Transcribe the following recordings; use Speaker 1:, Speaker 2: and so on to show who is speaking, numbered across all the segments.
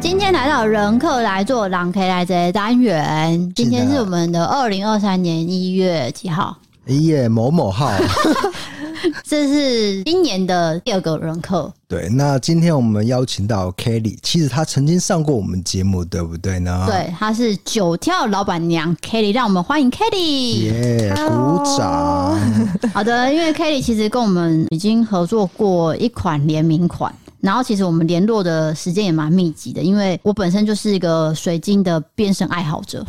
Speaker 1: 今天来到人客来做狼 K 来这些单元，今天是我们的二零二三年一月几号？
Speaker 2: 一月哎某某号。
Speaker 1: 这是今年的第二个人客，
Speaker 2: 对，那今天我们邀请到 Kelly，其实她曾经上过我们节目，对不对呢？，
Speaker 1: 对，她是九跳老板娘 Kelly，让我们欢迎 Kelly。
Speaker 2: 耶、鼓掌！
Speaker 1: 好的，因为 Kelly 其实跟我们已经合作过一款联名款。然后其实我们联络的时间也蛮密集的，因为我本身就是一个水晶的变身爱好者，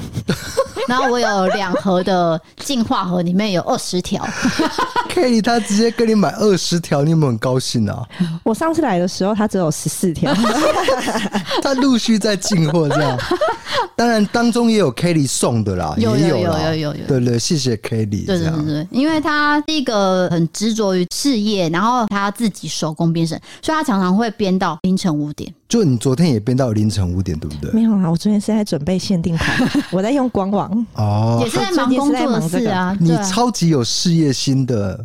Speaker 1: 然后我有两盒的进化盒，里面有二十条，
Speaker 2: Kelly 她直接跟你买二十条，你有没有很高兴 啊？
Speaker 3: 我上次来的时候，它只有十四条，
Speaker 2: 她陆续在进货，这样。当然，当中也有 Kelly 送的啦，
Speaker 1: 有
Speaker 2: 也
Speaker 1: 有
Speaker 2: 啦
Speaker 1: 有有有有
Speaker 2: 对对，谢谢 Kelly，
Speaker 1: 对
Speaker 2: 这
Speaker 1: 对对
Speaker 2: 样。
Speaker 1: 对，因为他是一个很执着于事业，然后他自己手工编绳，所以他常常会编到凌晨五点。
Speaker 2: 就你昨天也编到凌晨五点，对不对？
Speaker 3: 没有啦。我昨天是在准备限 定款，我在用官网，
Speaker 2: 哦
Speaker 1: 也，是在啊忙工作的事啊，
Speaker 2: 你
Speaker 1: 对啊，
Speaker 2: 超级有事业心的，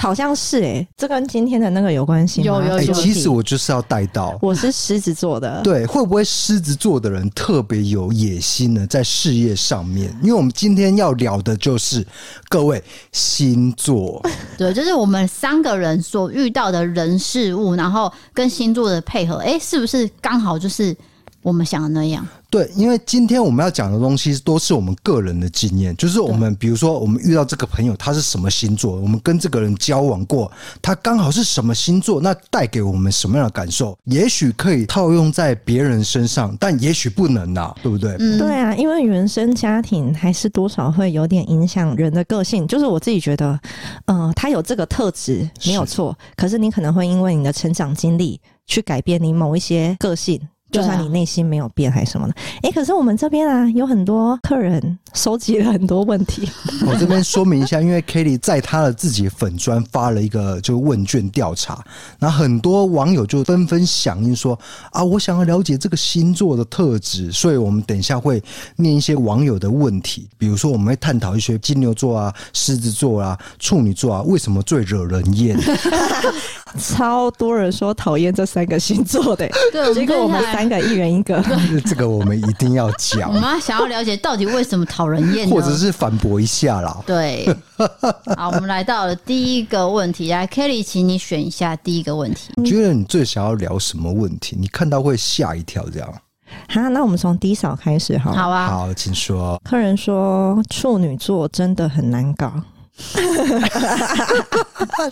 Speaker 3: 好像是哎、这跟今天的那个有关系吗？
Speaker 1: 有有
Speaker 2: 哎、
Speaker 1: 有
Speaker 3: 主题
Speaker 2: 其实我就是要带到。
Speaker 3: 我是狮子座的，
Speaker 2: 对，会不会狮子座的人特别有野心呢？在事业上面，因为我们今天要聊的就是各位星座，
Speaker 1: 对，就是我们三个人所遇到的人事物，然后跟星座的配合，哎、是不是刚好就是我们想的那样？
Speaker 2: 对，因为今天我们要讲的东西都是我们个人的经验，就是我们比如说我们遇到这个朋友他是什么星座，我们跟这个人交往过，他刚好是什么星座，那带给我们什么样的感受？也许可以套用在别人身上，但也许不能啦，对不对？
Speaker 1: 嗯，
Speaker 3: 对啊，因为原生家庭还是多少会有点影响人的个性。就是我自己觉得，呃，他有这个特质没有
Speaker 2: 是
Speaker 3: 错，可是你可能会因为你的成长经历去改变你某一些个性。就
Speaker 1: 对啊
Speaker 3: 算你内心没有变还是什么的，诶，可是我们这边啊，有很多客人收集了很多问题，
Speaker 2: 我这边说明一下，因为 Kelly 在她的自己粉专发了一个就是问卷调查，那很多网友就纷纷响应说啊，我想要了解这个星座的特质，所以我们等一下会念一些网友的问题，比如说我们会探讨一些金牛座啊、狮子座啊、处女座啊，为什么最惹人厌？
Speaker 3: 超多人说讨厌这三个星座 的、
Speaker 1: 对，我们
Speaker 3: 结果我
Speaker 1: 跟
Speaker 3: 们
Speaker 1: 下来，
Speaker 3: 三个一人一个，
Speaker 2: 这个我们一定要讲
Speaker 1: 我，们要想要了解到底为什么讨人厌呢，
Speaker 2: 或者是反驳一下啦。
Speaker 1: 对，好，我们来到了第一个问题，来，Kelly，请你选一下第一个问题。
Speaker 2: 你觉得你最想要聊什么问题？你看到会吓一跳，这样。
Speaker 3: 好，那我们从低扫开始好了。
Speaker 1: 好啊，
Speaker 2: 好，请说。
Speaker 3: 客人说处女座真的很难搞，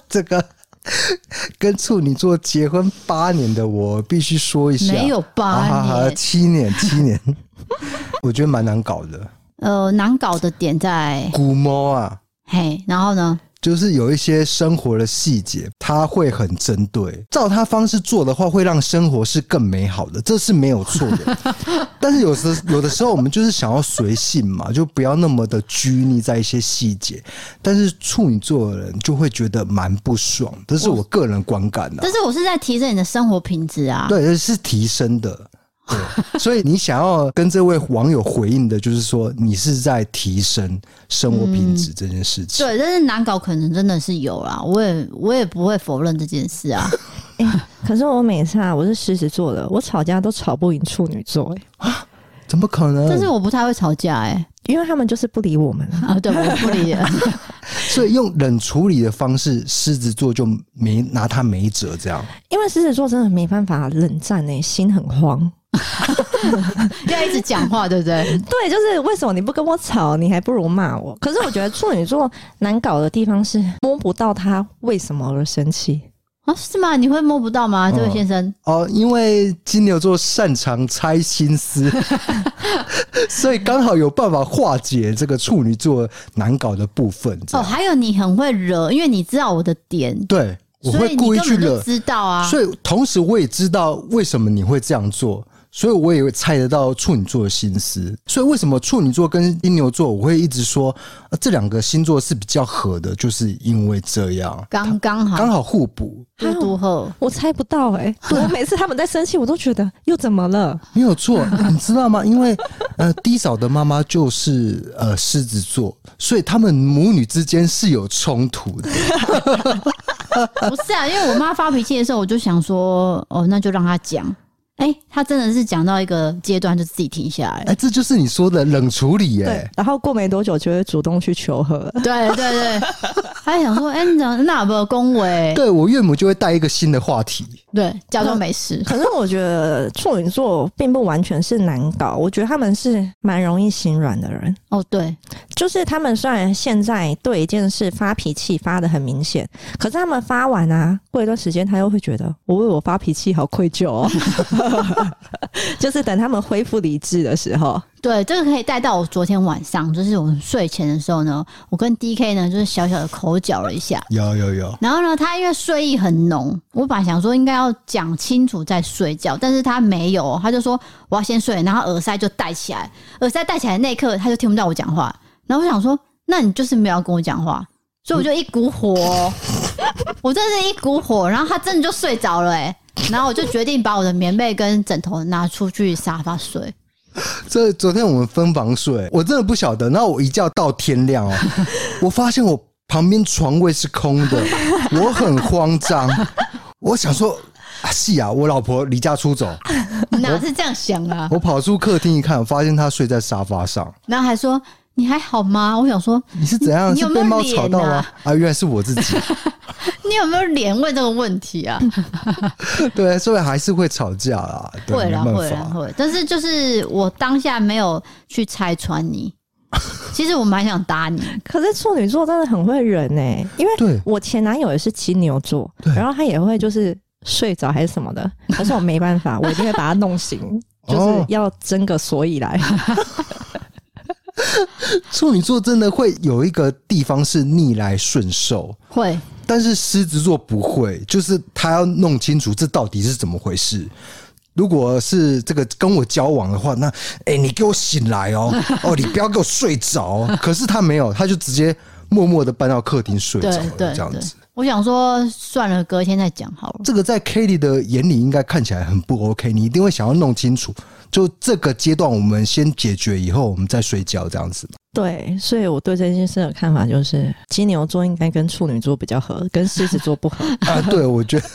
Speaker 2: 这个 跟处女座结婚八年的我必须说一下，
Speaker 1: 没有
Speaker 2: 啊
Speaker 1: 八年，
Speaker 2: 七 年，七年，我觉得蛮难搞的。
Speaker 1: 呃，难搞的点在
Speaker 2: 古猫啊，
Speaker 1: 嘿，然后呢？
Speaker 2: 就是有一些生活的细节，他会很针对，照他方式做的话，会让生活是更美好的，这是没有错的。 但是有时有的时候，我们就是想要随性嘛，就不要那么的拘泥在一些细节。但是处女座的人就会觉得蛮不爽，这是我个人观感的、
Speaker 1: 但是我是在提升你的生活品质啊。
Speaker 2: 啊对，是提升的。对， 所以你想要跟这位网友回应的，就是说你是在提升生活品质这件事情。
Speaker 1: 嗯对，但是难搞可能真的是有啦，我也我也不会否认这件事啊。
Speaker 3: 可是我每次啊，我是狮子座的，我吵架都吵不赢处女座、欸，
Speaker 2: 怎么可能？
Speaker 1: 但是我不太会吵架哎、
Speaker 3: 因为他们就是不理我们啊。
Speaker 1: 啊，对，我不理 解。
Speaker 2: 所以用冷处理的方式，狮子座就没拿他没辙。这样，
Speaker 3: 因为狮子座真的没办法冷战呢、心很慌。
Speaker 1: 要一直讲话，对不对？
Speaker 3: 对，就是为什么你不跟我吵，你还不如骂我。可是我觉得处女座难搞的地方是摸不到他为什么而生气。
Speaker 1: 啊，是吗？你会摸不到吗，这位
Speaker 2: 嗯
Speaker 1: 先生？
Speaker 2: 哦，因为金牛座擅长猜 心思，所以刚好有办法化解这个处女座难搞的部分。这
Speaker 1: 哦，
Speaker 2: 样、
Speaker 1: 还有你很会惹，因为你知道我的点，
Speaker 2: 对，我
Speaker 1: 所
Speaker 2: 会
Speaker 1: 以
Speaker 2: 故
Speaker 1: 你
Speaker 2: 意
Speaker 1: 根
Speaker 2: 去
Speaker 1: 本
Speaker 2: 惹
Speaker 1: 就，知道啊。
Speaker 2: 所以同时我也知道为什么你会这样做。所以我也猜得到处女座的心思，所以为什么处女座跟金牛座，我会一直说、呃这两个星座是比较合的，就是因为这样，
Speaker 1: 刚刚好，
Speaker 2: 刚好互补，
Speaker 1: 嘟嘟后，
Speaker 3: 我猜不到 哎、我每次他们在生气，我都觉得又怎么了？
Speaker 2: 没有错，你知道吗？因为呃，低嫂的妈妈就是呃狮子座，所以他们母女之间是有冲突的。
Speaker 1: 不是啊，因为我妈发脾气的时候，我就想说，哦，那就让她讲。哎、她真的是讲到一个阶段就自己停下来
Speaker 2: 哎、。这就是你说的冷处理耶、
Speaker 3: 对，然后过没多久就会主动去求和了。
Speaker 1: 对对对，她想说，哎、你怎么那不恭维？
Speaker 2: 对我岳母就会带一个新的话题，
Speaker 1: 对，假装没事。
Speaker 3: 可是我觉得处女座并不完全是难搞，我觉得他们是蛮容易心软的人。
Speaker 1: 哦，对，
Speaker 3: 就是他们虽然现在对一件事发脾气发的很明显，可是他们发完啊，过一段时间他又会觉得我为我发脾气好愧疚哦。 就是等他们恢复理智的时候，
Speaker 1: 对，这个可以带到我昨天晚上，就是我们睡前的时候呢，我跟 D K 呢就是小小的口角了一下。
Speaker 2: 有有有，
Speaker 1: 然后呢，他因为睡意很浓，我本来想说应该要讲清楚再睡觉，但是他没有，他就说我要先睡，然后耳塞就戴起来，耳塞戴起来那一刻他就听不到我讲话。然后我想说，那你就是没有要跟我讲话，所以我就一股火哦，我真的是一股火，然后他真的就睡着了、欸，然后我就决定把我的棉被跟枕头拿出去沙发睡。
Speaker 2: 这昨天我们分房睡，我真的不晓得。然后我一觉到天 亮哦，我发现我旁边床位是空的，我很慌张，我想说，啊是啊，我老婆离家出走，
Speaker 1: 哪是这样想啊？
Speaker 2: 我跑出客厅一看，我发现她睡在沙发上。
Speaker 1: 然后还说你还好吗？我想说
Speaker 2: 你是怎样？
Speaker 1: 你有
Speaker 2: 是
Speaker 1: 没
Speaker 2: 被
Speaker 1: 有
Speaker 2: 猫吵到
Speaker 1: 脸
Speaker 2: 吗
Speaker 1: 啊？
Speaker 2: 啊，原来是我自己。
Speaker 1: 你有没有脸问这个问题啊？
Speaker 2: 对，所以还是会吵架啦。对
Speaker 1: 会啦
Speaker 2: 没
Speaker 1: 会
Speaker 2: 办
Speaker 1: 啦
Speaker 2: 法。
Speaker 1: 会，但是就是我当下没有去拆穿 你。其实我蛮想打你，
Speaker 3: 可是处女座真的很会忍呢、因为
Speaker 2: 对
Speaker 3: 我前男友也是金牛座，
Speaker 2: 对
Speaker 3: 然后他也会就是睡着还是什 么的，可是我没办法，我一定会把他弄醒。就是
Speaker 2: 哦
Speaker 3: 要争个所 以来，
Speaker 2: 处女座真的会有一个地方是逆来顺受，
Speaker 1: 会
Speaker 2: 但是狮子座不会，就是他要弄清楚这到底是怎么回事。如果是这个跟我交往的话，那哎、你给我醒来 哦，哦，你不要给我睡着哦。可是他没有，他就直接默默的搬到客厅睡着
Speaker 1: 对
Speaker 2: 了，
Speaker 1: 对
Speaker 2: 这样
Speaker 1: 对
Speaker 2: 子。。
Speaker 1: 我想说，算了，隔天再讲好了。
Speaker 2: 这个在 Kelly 的眼里应该看起来很不 OK，你一定会想要弄清楚。就这个阶段，我们先解决，以后我们再睡觉这样子。
Speaker 3: 对，所以我对这件事的看法就是，金牛座应该跟处女座比较合，跟狮子座 不合。
Speaker 2: 啊，对，我觉得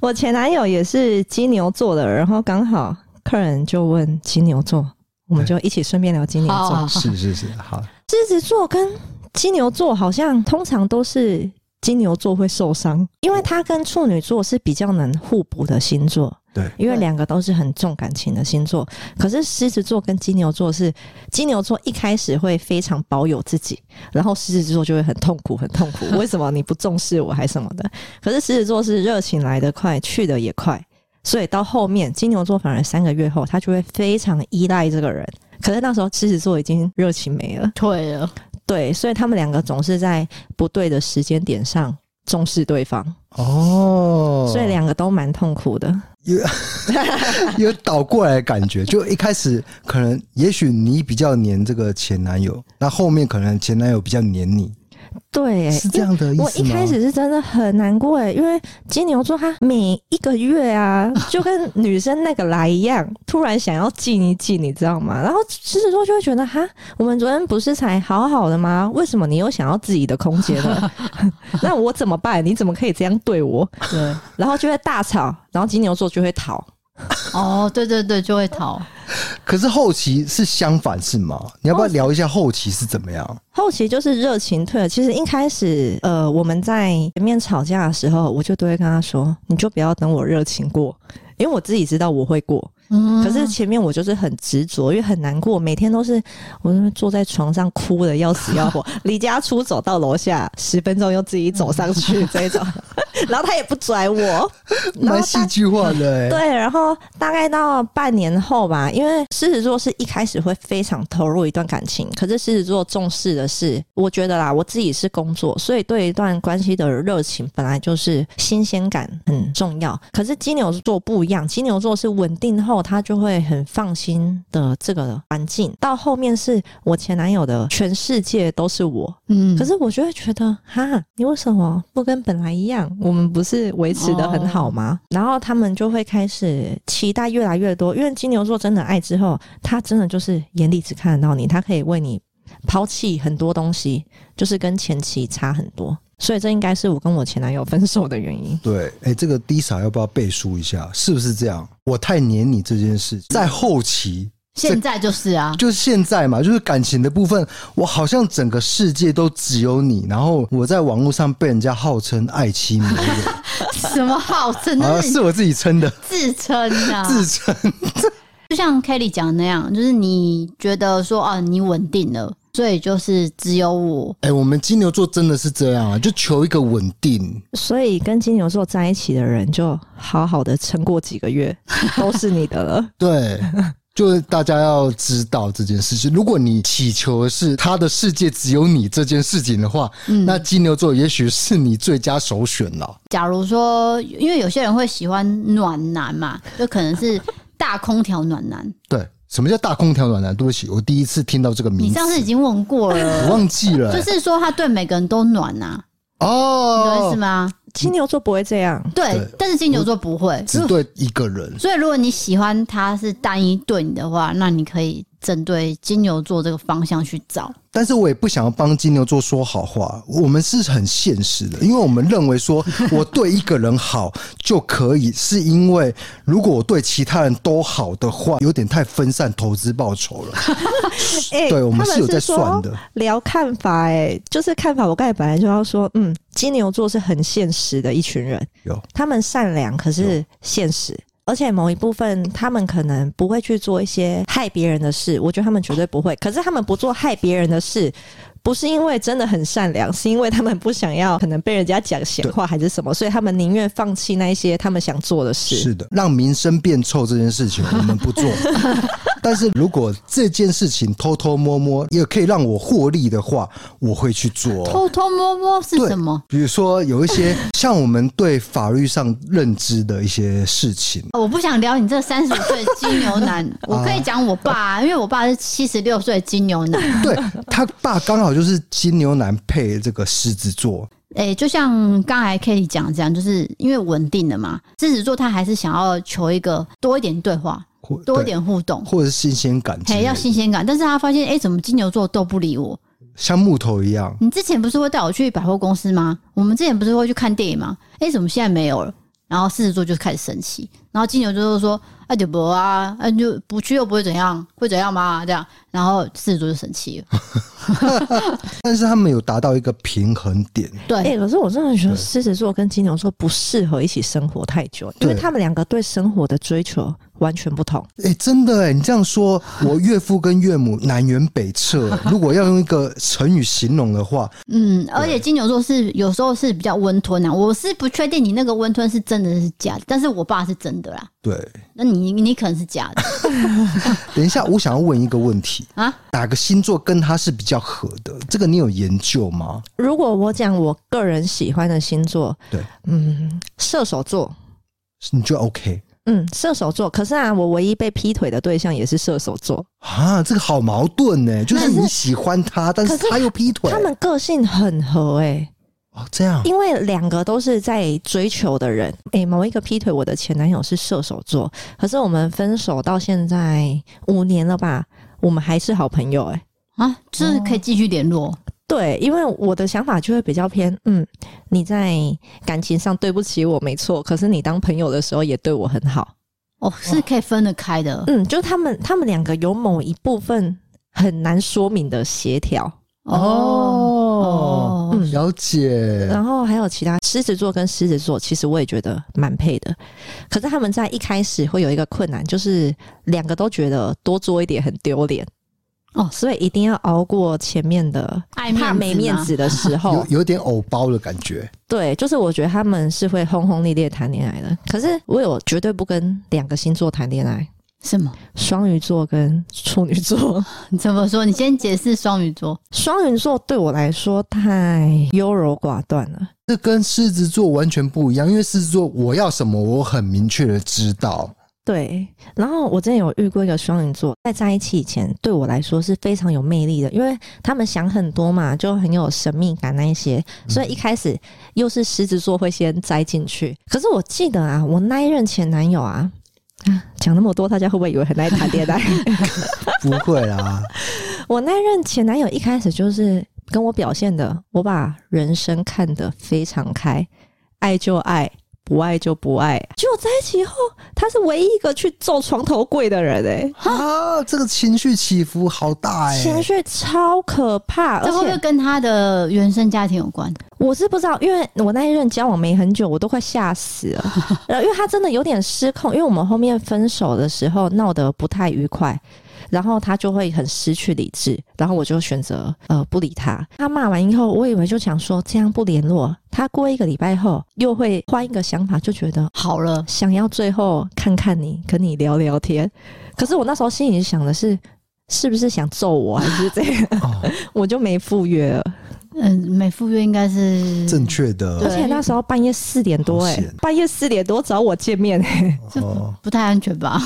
Speaker 3: 我前男友也是金牛座的，然后刚好客人就问金牛座，我们就一起顺便聊金牛
Speaker 1: 好
Speaker 3: 座
Speaker 1: 好。
Speaker 2: 是是是，好，
Speaker 3: 狮子座跟金牛座好像通常都是金牛座会受伤，因为他跟处女座是比较能互补的星座。
Speaker 2: 对
Speaker 3: 因为
Speaker 1: 对
Speaker 3: 两个都是很重感情的星座。可是狮子座跟金牛座是，金牛座一开始会非常保有自己，然后狮子座就会很痛苦，很痛苦。为什么你不重视我还什么的？可是狮子座是热情来得快，去得也快。所以到后面，金牛座反而三个月后，他就会非常依赖这个人。可是那时候狮子座已经热情没了，
Speaker 1: 退了，
Speaker 3: 对，所以他们两个总是在不对的时间点上重视对方，
Speaker 2: 哦，
Speaker 3: 所以两个都蛮痛苦的。
Speaker 2: 有倒过来的感觉。就一开始可能，也许你比较黏这个前男友，那后面可能前男友比较黏你，
Speaker 3: 对，
Speaker 2: 是这样的意思
Speaker 3: 因为
Speaker 2: 吗
Speaker 3: 我？一开始是真的很难过诶，因为金牛座他每一个月啊，就跟女生那个来一样，突然想要静一静，你知 道吗？然后狮子座就会觉得哈，我们昨天不是才好好的吗？为什么你又想要自己的空间 了？那我怎么办？你怎么可以这样对我？
Speaker 1: 对，
Speaker 3: 然后就会大吵，然后金牛座就会逃。
Speaker 1: 哦，对对对，就会逃。
Speaker 2: 可是后期是相反是吗？你要不要聊一下后期是怎么样？
Speaker 3: 后期就是热情退了。其实一开始，呃，我们在前面吵架的时候，我就都会跟他说：“你就不要等我热情过，因为我自己知道我会过。”
Speaker 1: 嗯，
Speaker 3: 可是前面我就是很执着，因为很难过，每天都是我就是坐在床上哭的要死要活，离家出走到楼下十分钟又自己走上去这一种，然后他也不拽我，然后
Speaker 2: 蛮戏
Speaker 3: 大
Speaker 2: 剧化的、欸。
Speaker 3: 对，然后大概到半年后吧，因为狮子座是一开始会非常投入一段感情，可是狮子座重视的是，我觉得啦，我自己是工作，所以对一段关系的热情本来就是新鲜感很重要。可是金牛座不一样，金牛座是稳定后，他就会很放心的这个环境，到后面是我前男友的全世界都是我，
Speaker 1: 嗯，
Speaker 3: 可是我就会觉得，哈，你为什么不跟本来一样？我们不是维持的很好吗？然后他们就会开始期待越来越多，因为金牛座真的爱之后，他真的就是眼里只看得到你，他可以为你抛弃很多东西，就是跟前妻差很多。所以这应该是我跟我前男友分手的原因。
Speaker 2: 对，哎、这个 Lisa 要不要背书一下？是不是这样？我太黏你这件事，在后期
Speaker 1: 现在就是啊，
Speaker 2: 就是现在嘛，就是感情的部分，我好像整个世界都只有你，然后我在网络上被人家号称爱妻 魔人，
Speaker 1: 什么好称？
Speaker 2: 啊，
Speaker 1: 那是
Speaker 2: 是
Speaker 1: 你
Speaker 2: 我自己称的，
Speaker 1: 自称啊，
Speaker 2: 自称。
Speaker 1: 就像 Kelly 讲的那样，就是你觉得说啊，你稳定了，所以就是只有我。
Speaker 2: 哎、我们金牛座真的是这样啊，就求一个稳定。
Speaker 3: 所以跟金牛座在一起的人，就好好的撑过几个月，都是你的 了。
Speaker 2: 对，就是大家要知道这件事情。如果你祈求的是他的世界只有你这件事情的话，
Speaker 1: 嗯
Speaker 2: 那金牛座也许是你最佳首选了。
Speaker 1: 假如说，因为有些人会喜欢暖男 嘛，就可能是大空调暖男。
Speaker 2: 对，什么叫大空调暖男？对不起，我第一次听到这个名字，
Speaker 1: 你上次已经问过了，
Speaker 2: 我忘记了、
Speaker 1: 就是说他对每个人都暖呐、你懂意思
Speaker 2: 哦，
Speaker 1: 吗？
Speaker 3: 金牛座不会这样，
Speaker 1: 对
Speaker 2: 对，
Speaker 1: 但是金牛座不会。
Speaker 2: 只对一个人。
Speaker 1: 所以，如果你喜欢他是单一对你的话，那你可以针对金牛座这个方向去找。
Speaker 2: 但是我也不想要帮金牛座说好话，我们是很现实的，因为我们认为说我对一个人好就可以，是因为如果我对其他人都好的话，有点太分散投资报酬了。
Speaker 3: 哎
Speaker 2: 对，我
Speaker 3: 他
Speaker 2: 们
Speaker 3: 们
Speaker 2: 是有在
Speaker 3: 说
Speaker 2: 算的。
Speaker 3: 聊看法、哎，就是看法。我刚才本来就要说，嗯，金牛座是很现实的一群人，
Speaker 2: 有
Speaker 3: 他们善良，可
Speaker 2: 哦
Speaker 3: 是现实，而且某一部分他们可能不会去做一些害别人的事，我觉得他们绝对不会。可是他们不做害别人的事。不是因为真的很善良，是因为他们不想要可能被人家讲闲话还是什么，所以他们宁愿放弃那一些他们想做的事。
Speaker 2: 是的，让民生变臭这件事情我们不做。但是如果这件事情偷偷摸摸也可以让我获利的话，我会去做哦、
Speaker 1: 偷偷摸摸是
Speaker 2: 对
Speaker 1: 什么？
Speaker 2: 比如说有一些像我们对法律上认知的一些事情，
Speaker 1: 哦我不想聊你这三十岁金牛 男，我可以讲我爸、啊，因为我爸是七十六岁金牛男。
Speaker 2: 对他爸刚好就是金牛男配这个狮子座，
Speaker 1: 诶、就像刚才 Kitty 讲的这样，就是因为稳定了嘛，狮子座他还是想要求一个多一点对话，
Speaker 2: 或
Speaker 1: 多一
Speaker 2: 对
Speaker 1: 点互动，
Speaker 2: 或者是新鲜感之类
Speaker 1: 嘿，
Speaker 2: 的，
Speaker 1: 要新鲜感。但是他发现，诶、怎么金牛座都不理我？
Speaker 2: 像木头一样。
Speaker 1: 你之前不是会带我去百货公司吗？我们之前不是会去看电影吗？诶、怎么现在没有了？然后狮子座就开始生气，然后金牛座就说：“啊，就不啊，啊就不去又不会怎样，会怎样吗？”这样，然后狮子座就生气了。
Speaker 2: 但是他们有达到一个平衡点，
Speaker 1: 对，
Speaker 3: 哎、可是我真的觉得
Speaker 2: 对
Speaker 3: 狮子座跟金牛座不适合一起生活太久，因为
Speaker 2: 对
Speaker 3: 他们两个对生活的追求完全不同。
Speaker 2: 哎、真的哎、你这样说，我岳父跟岳母南辕北辙欸、如果要用一个成语形容的话，
Speaker 1: 嗯，而且金牛座是有时候是比较温吞啊，我是不确定你那个温吞是真的是假的，但是我爸是真的啦，
Speaker 2: 对，
Speaker 1: 那你你可能是假的
Speaker 2: 等一下，我想要问一个问题，
Speaker 1: 啊，
Speaker 2: 哪个星座跟他是比较合的？这个你有研究吗？
Speaker 3: 如果我讲我个人喜欢的星座，
Speaker 2: 对，
Speaker 3: 嗯，射手座，
Speaker 2: 你就 OK
Speaker 3: 嗯，射手座。可是啊，我唯一被劈腿的对象也是射手座，
Speaker 2: 啊？这个好矛盾呢、就是你喜欢他，但是
Speaker 3: 可是
Speaker 2: 他又劈腿，
Speaker 3: 他们个性很合诶、
Speaker 2: 哦这样
Speaker 3: 因为两个都是在追求的人。诶、某一个劈腿我的前男友是射手座，可是我们分手到现在五年了吧，我们还是好朋友诶、欸
Speaker 1: 啊，就是可以继续联络，
Speaker 3: 对，因为我的想法就会比较偏，嗯，你在感情上对不起我没错，可是你当朋友的时候也对我很好，
Speaker 1: 哦，是可以分得开的
Speaker 3: 嗯，就他们他们两个有某一部分很难说明的协调，
Speaker 1: 哦。哦
Speaker 3: 嗯
Speaker 2: 了
Speaker 1: 啊
Speaker 2: 解，
Speaker 3: 然后还有其他狮子座跟狮子座，其实我也觉得蛮配的。可是他们在一开始会有一个困难，就是两个都觉得多做一点很丢脸
Speaker 1: 哦
Speaker 3: 所以一定要熬过前面的
Speaker 1: 爱面子
Speaker 3: 怕没面
Speaker 1: 吗
Speaker 3: 子的时候
Speaker 2: 有。有点偶包的感觉，
Speaker 3: 对，就是我觉得他们是会轰轰烈烈谈恋爱的。可是我有绝对不跟两个星座谈恋爱，
Speaker 1: 什么？
Speaker 3: 双鱼座跟处女座。
Speaker 1: 你怎么说？你先解释双鱼座
Speaker 3: 双鱼座对我来说太优柔寡断了。
Speaker 2: 这跟狮子座完全不一样，因为狮子座我要什么，我很明确的知 道。
Speaker 3: 对，然后我之前有遇过一个双鱼座，在在一起以前，对我来说是非常有魅力的，因为他们想很多嘛，就很有神秘感那一些，所以一开始又是狮子座会先栽进去。可是我记得啊，我那一任前男友啊，啊，讲那么多，大家会不会以为很爱谈恋爱？
Speaker 2: 不会啊啦，
Speaker 3: 我那任前男友一开始就是跟我表现的，我把人生看得非常开，爱就爱，不爱就不爱。结果在一起以后，他是唯一一个去揍床头柜的人哎、
Speaker 2: 啊，这个情绪起伏好大哎、
Speaker 3: 情绪超可怕，而
Speaker 1: 这会不会
Speaker 3: 且
Speaker 1: 跟他的原生家庭有关？
Speaker 3: 我是不知道，因为我那一任交往没很久，我都快吓死了。然后因为他真的有点失控，因为我们后面分手的时候闹得不太愉快，然后他就会很失去理智，然后我就选择呃不理他。他骂完以后，我以为就想说这样不联络，他过一个礼拜后又会换一个想法，就觉得嗯
Speaker 1: 好了，
Speaker 3: 想要最后看看你，跟你聊聊天。可是我那时候心里想的是，是不是想揍我，还是这样？
Speaker 2: 哦，
Speaker 3: 我就没赴约了。
Speaker 1: 嗯，美赴约应该是
Speaker 2: 正确
Speaker 3: 而
Speaker 2: 的
Speaker 1: 对
Speaker 3: 且那时候半夜四点多、
Speaker 2: 好
Speaker 3: 欸，
Speaker 2: 险
Speaker 3: 半夜四点多找我见面、欸，
Speaker 2: 哦，
Speaker 1: 不太安全吧？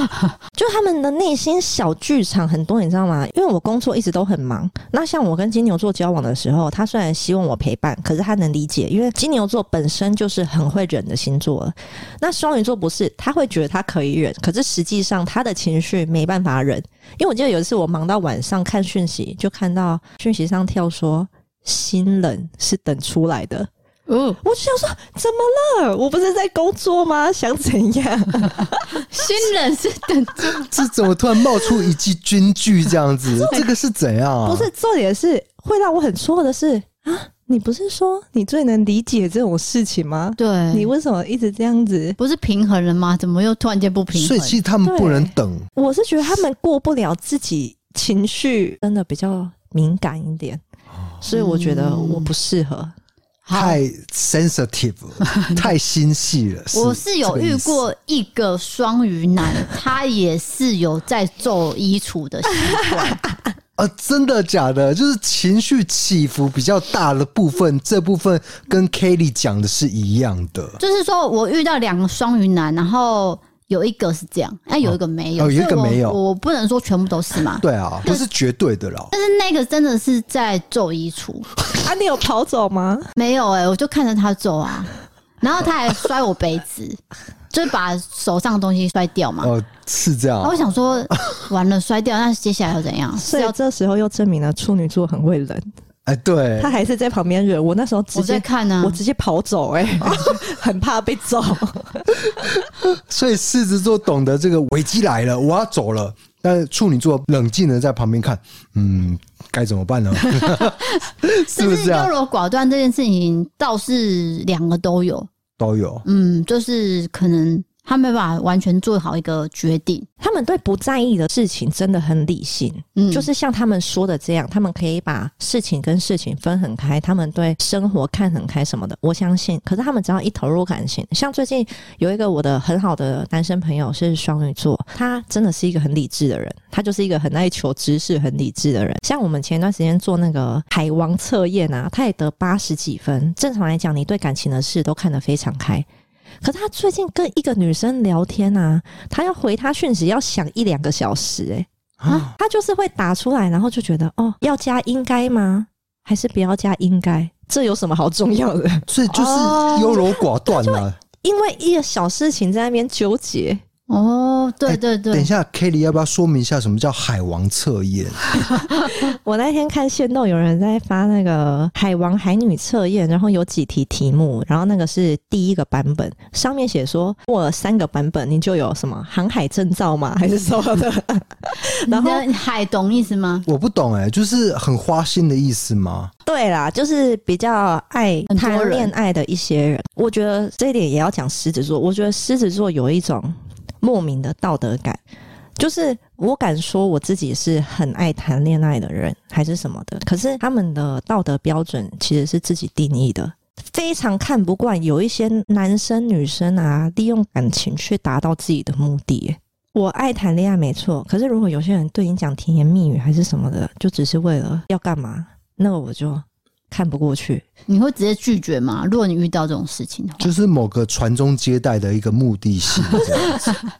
Speaker 3: 就他们的内心小剧场很多，你知道吗？因为我工作一直都很忙。那像我跟金牛座交往的时候，他虽然希望我陪伴，可是他能理解，因为金牛座本身就是很会忍的星座了。那双鱼座不是，他会觉得他可以忍，可是实际上他的情绪没办法忍。因为我记得有一次我忙到晚上看讯息，就看到讯息上跳说心冷是等出来的。
Speaker 1: 哦，
Speaker 3: 我就想说，怎么了？我不是在工作吗？想怎样？
Speaker 1: 新人是等
Speaker 2: 这怎么突然冒出一句军句这样 子？这个是怎样、啊？
Speaker 3: 不是，重点是会让我很错愕的是啊，你不是说你最能理解这种事情吗？
Speaker 1: 对，
Speaker 3: 你为什么一直这样子？
Speaker 1: 不是平衡了吗？怎么又突然间不平衡？
Speaker 2: 所以其实他们不能等，
Speaker 3: 我是觉得他们过不了自己情绪，真的比较敏感一点，所以我觉得我不适合。
Speaker 1: 好
Speaker 2: 太 sensitive，了太心细了。
Speaker 1: 我是有遇过一个双鱼男，他也是有在做衣橱 的习惯。
Speaker 2: 啊，呃真的假的？就是情绪起伏比较大的部分，这部分跟 Kelly 讲的是一样的。
Speaker 1: 就是说我遇到两个双鱼男，然后有一个是这样，那有一个没有，
Speaker 2: 哦有一个
Speaker 1: 所以我
Speaker 2: 没有
Speaker 1: 我不能说全部都是嘛。
Speaker 2: 对啊，不是绝对的啦。
Speaker 1: 但是那个真的是在做衣橱，
Speaker 3: 啊，你有跑走吗？
Speaker 1: 没有哎、我就看着他做啊，然后他还摔我杯子，就是把手上的东西摔掉嘛。
Speaker 2: 哦，是这样
Speaker 1: 然后。我想说，完了摔掉，那接下来要怎样？
Speaker 3: 啊所
Speaker 1: 是
Speaker 3: 以
Speaker 1: 要
Speaker 3: 这时候又证明了处女座很会忍，
Speaker 2: 哎，对
Speaker 3: 他，还是在旁边忍。我那啊时候直
Speaker 1: 我在
Speaker 3: 接。
Speaker 1: 看啊呢、
Speaker 3: 我直接跑走 哎、很怕被揍。
Speaker 2: 所以狮子座懂得这个危机来了，我要走了。但是处女座冷静的在旁边看，嗯，该怎么办呢？是
Speaker 1: 就
Speaker 2: 不
Speaker 1: 是
Speaker 2: 是啊这
Speaker 1: 优
Speaker 2: 样？
Speaker 1: 柔寡断这件事情倒是两个都有，
Speaker 2: 都有。
Speaker 1: 嗯，就是可能他没办法完全做好一个决定，
Speaker 3: 他们对不在意的事情真的很理性，
Speaker 1: 嗯，
Speaker 3: 就是像他们说的这样，他们可以把事情跟事情分很开，他们对生活看很开什么的，我相信。可是他们只要一投入感情，像最近有一个我的很好的男生朋友是双鱼座，他真的是一个很理智的人，他就是一个很爱求知识、很理智的人。像我们前段时间做那个海王测验啊，他也得八十几分。正常来讲，你对感情的事都看得非常开。可是他最近跟一个女生聊天啊，他要回她讯息要想一两个小时、欸，
Speaker 2: 啊，
Speaker 3: 他就是会打出来，然后就觉得哦，要加应该吗？还是不要加应该？这有什么好重要的？
Speaker 2: 所以就是优柔寡断了、啊
Speaker 3: 因为一个小事情在那边纠结，
Speaker 1: 哦，对对
Speaker 2: 哎等一
Speaker 1: 对，
Speaker 2: 下，Kelly 要不要说明一下什么叫海王测验？
Speaker 3: 我那天看线动，有人在发那个海王海女测验，然后有几题题目，然后那个是第一个版本，上面写说过了三个版本，你就有什么航海证照吗？还是什么的？ 然后
Speaker 1: 你的海懂意思吗？
Speaker 2: 我不懂哎、就是很花心的意思吗？
Speaker 3: 对啦，就是比较爱
Speaker 1: 很多人
Speaker 3: 谈恋爱的一些人，我觉得这一点也要讲狮子座。我觉得狮子座有一种莫名的道德感，就是我敢说我自己是很爱谈恋爱的人，还是什么的，可是他们的道德标准其实是自己定义的。非常看不惯有一些男生女生啊，利用感情去达到自己的目的耶。我爱谈恋爱没错，可是如果有些人对你讲甜言蜜语还是什么的，就只是为了要干嘛，那我就看不过去。
Speaker 1: 你会直接拒绝吗？如果你遇到这种事情的话，
Speaker 2: 就是某个传宗接代的一个目 的性这样子。
Speaker 1: 啊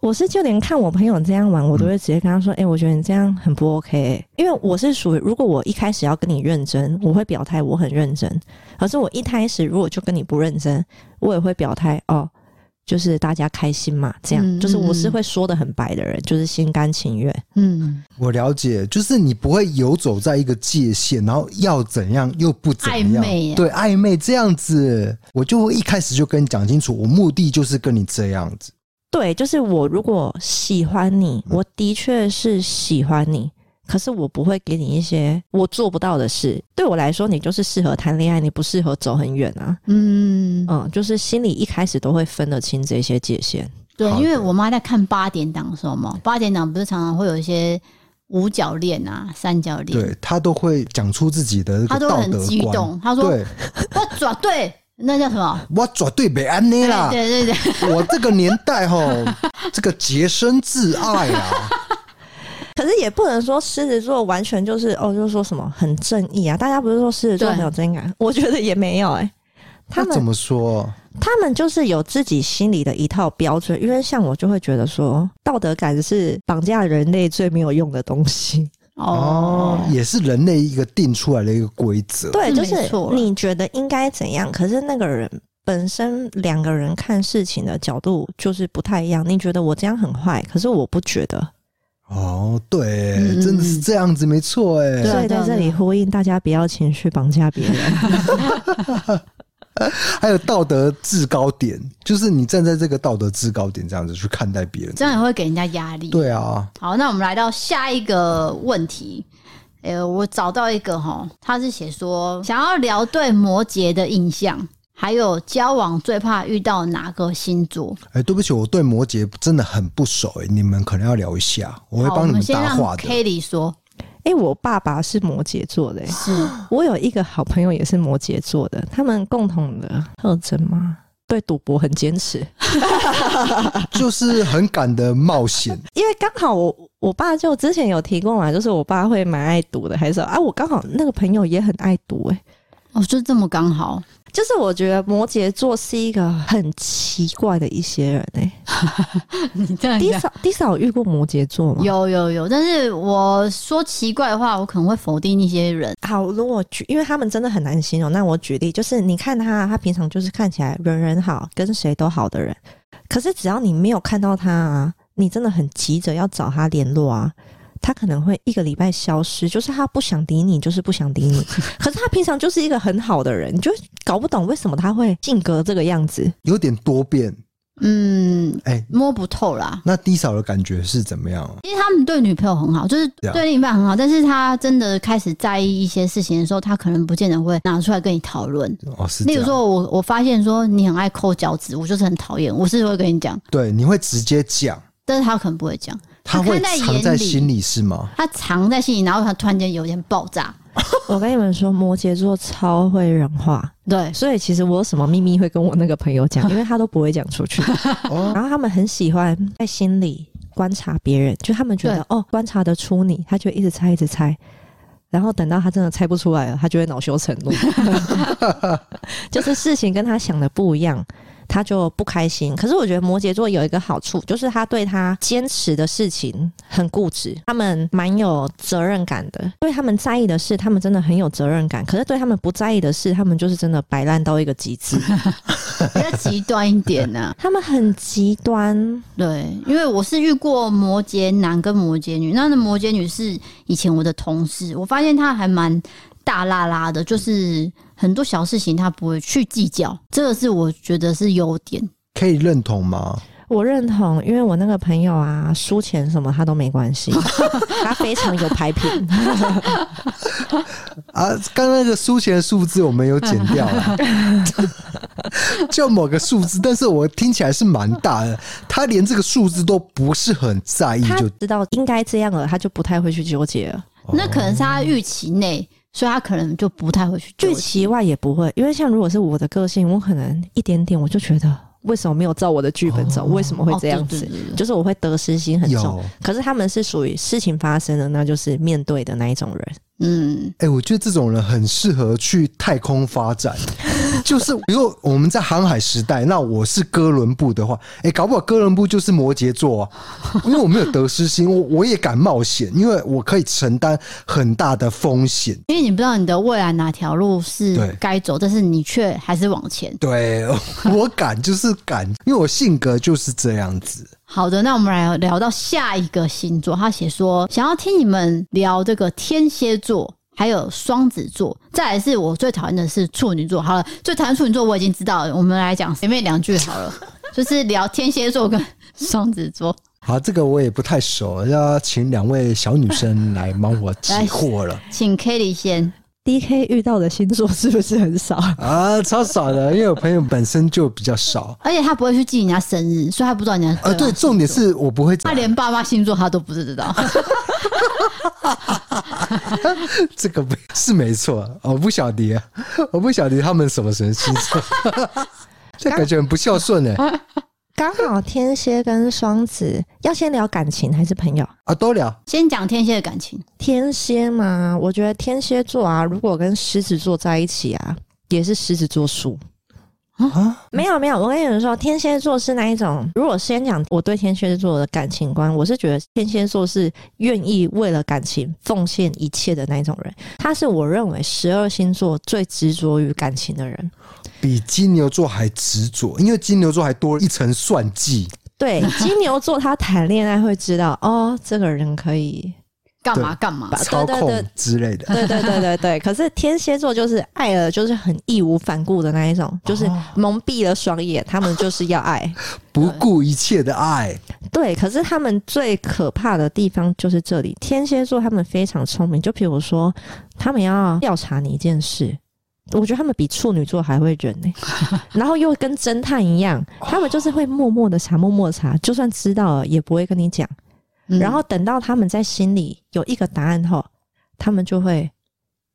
Speaker 3: 我是就连看我朋友这样玩，我都会直接跟他说：“哎、我觉得你这样很不 OK、因为我是属于，如果我一开始要跟你认真，我会表态我很认真；可是我一开始如果就跟你不认真，我也会表态哦，就是大家开心嘛，这样、
Speaker 1: 嗯
Speaker 3: 就是我
Speaker 1: 嗯
Speaker 3: 是
Speaker 1: 嗯
Speaker 3: 会说的很白的人，就是心甘情愿。
Speaker 1: 嗯，
Speaker 2: 我了解，就是你不会游走在一个界限，然后要怎样又不怎
Speaker 1: 暧
Speaker 2: 样，
Speaker 1: 昧耶
Speaker 2: 对暧昧这样子，我就会一开始就跟你讲清楚，我目的就是跟你这样子。
Speaker 3: 对，就是我如果喜欢你，
Speaker 2: 嗯
Speaker 3: 我的确是喜欢你，可是我不会给你一些我做不到的事。对我来说，你就是适合谈恋爱，你不适合走很远啊。
Speaker 1: 嗯，
Speaker 3: 嗯，就是心里一开始都会分得清这些界限。
Speaker 1: 对，
Speaker 2: 好的
Speaker 1: 因为我妈在看八点档的时候嘛，八点档不是常常会有一些五角恋啊、三角恋，
Speaker 2: 对他都会讲出自己的一
Speaker 1: 她
Speaker 2: 个
Speaker 1: 都
Speaker 2: 道
Speaker 1: 很
Speaker 2: 德
Speaker 1: 激动
Speaker 2: 观。
Speaker 1: 她说
Speaker 2: 对
Speaker 1: 我转对，那叫什么？
Speaker 2: 我绝对没安内啦，
Speaker 1: 对对对，
Speaker 2: 我这个年 代吼，这个洁身自爱啊，
Speaker 3: 可是也不能说狮子座完全就是哦，就是说什么很正义啊。大家不是说狮子座
Speaker 1: 对
Speaker 3: 很有正义感，我觉得也没有哎、他
Speaker 2: 那怎
Speaker 3: 们
Speaker 2: 么说？
Speaker 3: 他们就是有自己心里的一套标准，因为像我就会觉得说，道德感是绑架人类最没有用的东西。
Speaker 2: 哦，也是人类一个定出来的一个规则。
Speaker 3: 对，
Speaker 1: 是
Speaker 3: 就
Speaker 1: 没
Speaker 3: 是
Speaker 1: 错啦
Speaker 3: 你觉得应该怎样，可是那个人本身两个人看事情的角度就是不太一样。你觉得我这样很坏，可是我不觉得，
Speaker 2: 哦，对，
Speaker 1: 嗯
Speaker 2: 真的是这样子，没错，哎，
Speaker 1: 对啊
Speaker 3: 所
Speaker 1: 对
Speaker 3: 以在
Speaker 1: 啊
Speaker 3: 这
Speaker 1: 对
Speaker 3: 里
Speaker 1: 啊
Speaker 3: 呼应大家不要情绪绑 架别人。
Speaker 2: 还有道德制高点，就是你站在这个道德制高点这样子去看待别人。
Speaker 1: 这样也会给人家压力。
Speaker 2: 对啊，
Speaker 1: 好，那我们来到下一个问题。诶、我找到一个哈，他是写说想要聊对摩羯的印象，还有交往最怕遇到哪个星座？
Speaker 2: 哎、对不起，我对摩羯真的很不熟、哎，你们可能要聊一下，我会
Speaker 1: 好，
Speaker 2: 帮你
Speaker 1: 们
Speaker 2: 们
Speaker 1: 先
Speaker 2: 搭
Speaker 1: 让
Speaker 2: 话的。
Speaker 1: Kelly 说，
Speaker 3: 哎、我爸爸是摩羯座的、
Speaker 1: 是
Speaker 3: 我有一个好朋友也是摩羯座的，他们共同的特征吗？对赌博很坚持，
Speaker 2: 就是很敢的冒险，
Speaker 3: 因为刚好我我爸就之前有提过嘛，就是我爸会蛮爱赌的，还是说啊，我刚好那个朋友也很爱赌、哎，
Speaker 1: 哦，就这么刚 好，
Speaker 3: 就是我觉得摩羯座是一个很奇怪的一些人哎、
Speaker 1: 你这样
Speaker 3: 迪嫂，迪嫂有遇过摩羯座吗？。
Speaker 1: 有有有，但是我说奇怪的话，我可能会否定一些人。
Speaker 3: 好，如果举，因为他们真的很难形容。那我举例，就是你看他，他平常就是看起来人人好，跟谁都好的人，可是只要你没有看到他啊，你真的很急着要找他联络啊。他可能会一个礼拜消失，就是他不想理你，就是不想理 你。可是他平常就是一个很好的人，你就搞不懂为什么他会性格这个样子。
Speaker 2: 有点多变。
Speaker 1: 嗯，
Speaker 2: 哎、
Speaker 1: 摸不透啦。
Speaker 2: 那低嫂的感觉是怎么样？
Speaker 1: 其实他们对女朋友很好，就是
Speaker 2: 对啊
Speaker 1: 对另一半很好，但是他真的开始在意一些事情的时候，他可能不见得会拿出来跟你讨论。
Speaker 2: 哦，是
Speaker 1: 例
Speaker 2: 这
Speaker 1: 如
Speaker 2: 样。
Speaker 1: 说我，我发现说你很爱抠脚趾，我就是很讨厌，我是会跟你讲，
Speaker 2: 对，你会直接讲，
Speaker 1: 但是他可能不会讲，
Speaker 2: 他
Speaker 1: 看
Speaker 2: 会
Speaker 1: 在
Speaker 2: 藏
Speaker 1: 眼
Speaker 2: 在
Speaker 1: 里
Speaker 2: 心里是吗？
Speaker 1: 他藏在心里，然后他突然间有一天爆炸。
Speaker 3: 我跟你们说，摩羯座超会人话，
Speaker 1: 对，
Speaker 3: 所以其实我有什么秘密会跟我那个朋友讲，因为他都不会讲出去。
Speaker 2: 哦
Speaker 3: 然后他们很喜欢在心里观察别人，就他们觉得
Speaker 1: 对
Speaker 3: 哦，观察得出你，他就一直猜，一直猜。然后等到他真的猜不 出来了，他就会恼羞成怒，就是事情跟他想的不一样。他就不开心。可是我觉得摩羯座有一个好处，就是他对他坚持的事情很固执，他们蛮有责任感的。对他们在意的事，他们真的很有责任感；可是对他们不在意的事，他们就是真的摆烂到一个极致。
Speaker 1: 比较极端一点啊呢、
Speaker 3: 他们很极端，
Speaker 1: 对，因为我是遇过摩羯男跟摩羯女，那那摩羯女是以前我的同事，我发现她还蛮大拉拉的，就是很多小事情她不会去计较，这个是我觉得是优点。
Speaker 2: 可以认同吗？
Speaker 3: 我认同，因为我那个朋友啊，输钱什么他都没关 系，他非常有牌品。
Speaker 2: 啊，刚刚那个输钱的数字我们有减掉了，就某个数字，但是我听起来是蛮大的。他连这个数字都不是很在意，
Speaker 3: 他
Speaker 2: 就
Speaker 3: 知道应该这样了，他就不太会去纠结了。
Speaker 1: 那可能是她预期内，所以她可能就不太会去纠
Speaker 3: 最
Speaker 1: 结。
Speaker 3: 奇怪也不会，因为像如果是我的个性，我可能一点点我就觉得为什么没有照我的剧本走，为什么会这样
Speaker 1: 哦
Speaker 3: 子
Speaker 1: 对？对对对
Speaker 3: 就是我会得失心很重
Speaker 2: 有。
Speaker 3: 可是他们是属于事情发生了，那就是面对的那一种人。
Speaker 1: 嗯，
Speaker 2: 哎、我觉得这种人很适合去太空发展，就是比如说我们在航海时代，那我是哥伦布的话，哎、搞不好哥伦布就是摩羯座啊，因为我没有得失心，我我也敢冒险，因为我可以承担很大的风险。
Speaker 1: 因为你不知道你的未来哪条路是
Speaker 2: 对
Speaker 1: 该走，但是你却还是往前。
Speaker 2: 对 我敢就是敢，因为我性格就是这样子。
Speaker 1: 好的，那我们来聊到下一个星座。他写说想要听你们聊这个天蝎座，还有双子座，再来是我最讨厌的是处女座。好了，最讨厌处女座我已经知道了，我们来讲前面两句好 了，就是聊天蝎座跟双子座。
Speaker 2: 好，这个我也不太熟，要请两位小女生来帮我解惑了
Speaker 1: 请 Kelly 先，
Speaker 3: D K 遇到的星座是不是很少？
Speaker 2: 啊，超少的，因为我朋友本身就比较少。
Speaker 1: 而且他不会去记人家生日，所以他不知道人家。
Speaker 3: 啊
Speaker 2: 呃，对，重点是我不会
Speaker 1: 他连爸妈星座他都不知 道。
Speaker 2: 这个不是没错，我不晓得，啊 我不晓得他们什么什么星座， 这感觉很不孝顺哎、
Speaker 3: 刚好天蝎跟双子要先聊感情还是朋友？
Speaker 2: 啊，都聊
Speaker 1: 先讲天蝎的感情，
Speaker 3: 天蝎嘛，我觉得天蝎座啊，如果跟狮子座在一起啊，也是狮子座输。
Speaker 2: 啊，
Speaker 3: 没有没有，我跟你们说，天蝎座是那一种。如果先讲我对天蝎座的感情观，我是觉得天蝎座是愿意为了感情奉献一切的那一种人。他是我认为十二星座最执着于感情的人。
Speaker 2: 比金牛座还执着，因为金牛座还多一层算计，
Speaker 3: 对金牛座，他谈恋爱会知道哦，这个人可以。
Speaker 1: 干嘛干嘛
Speaker 3: 把？
Speaker 2: 操
Speaker 3: 啊对对
Speaker 2: 控之类 的。
Speaker 3: 对对对对对，可是天蝎座就是爱了，就是很义无反顾的那一种，就是蒙蔽了双眼，他们就是要爱。
Speaker 2: 不顾一切的爱，
Speaker 3: 对，可是他们最可怕的地方就是这里。天蝎座他们非常聪明，就比如说他们要调查你一件事，我觉得他们比处女座还会忍呢、然后又跟侦探一样，他们就是会默默的查，默默地查，就算知道了也不会跟你讲。
Speaker 1: 嗯
Speaker 3: 然后等到他们在心里有一个答案后，他们就会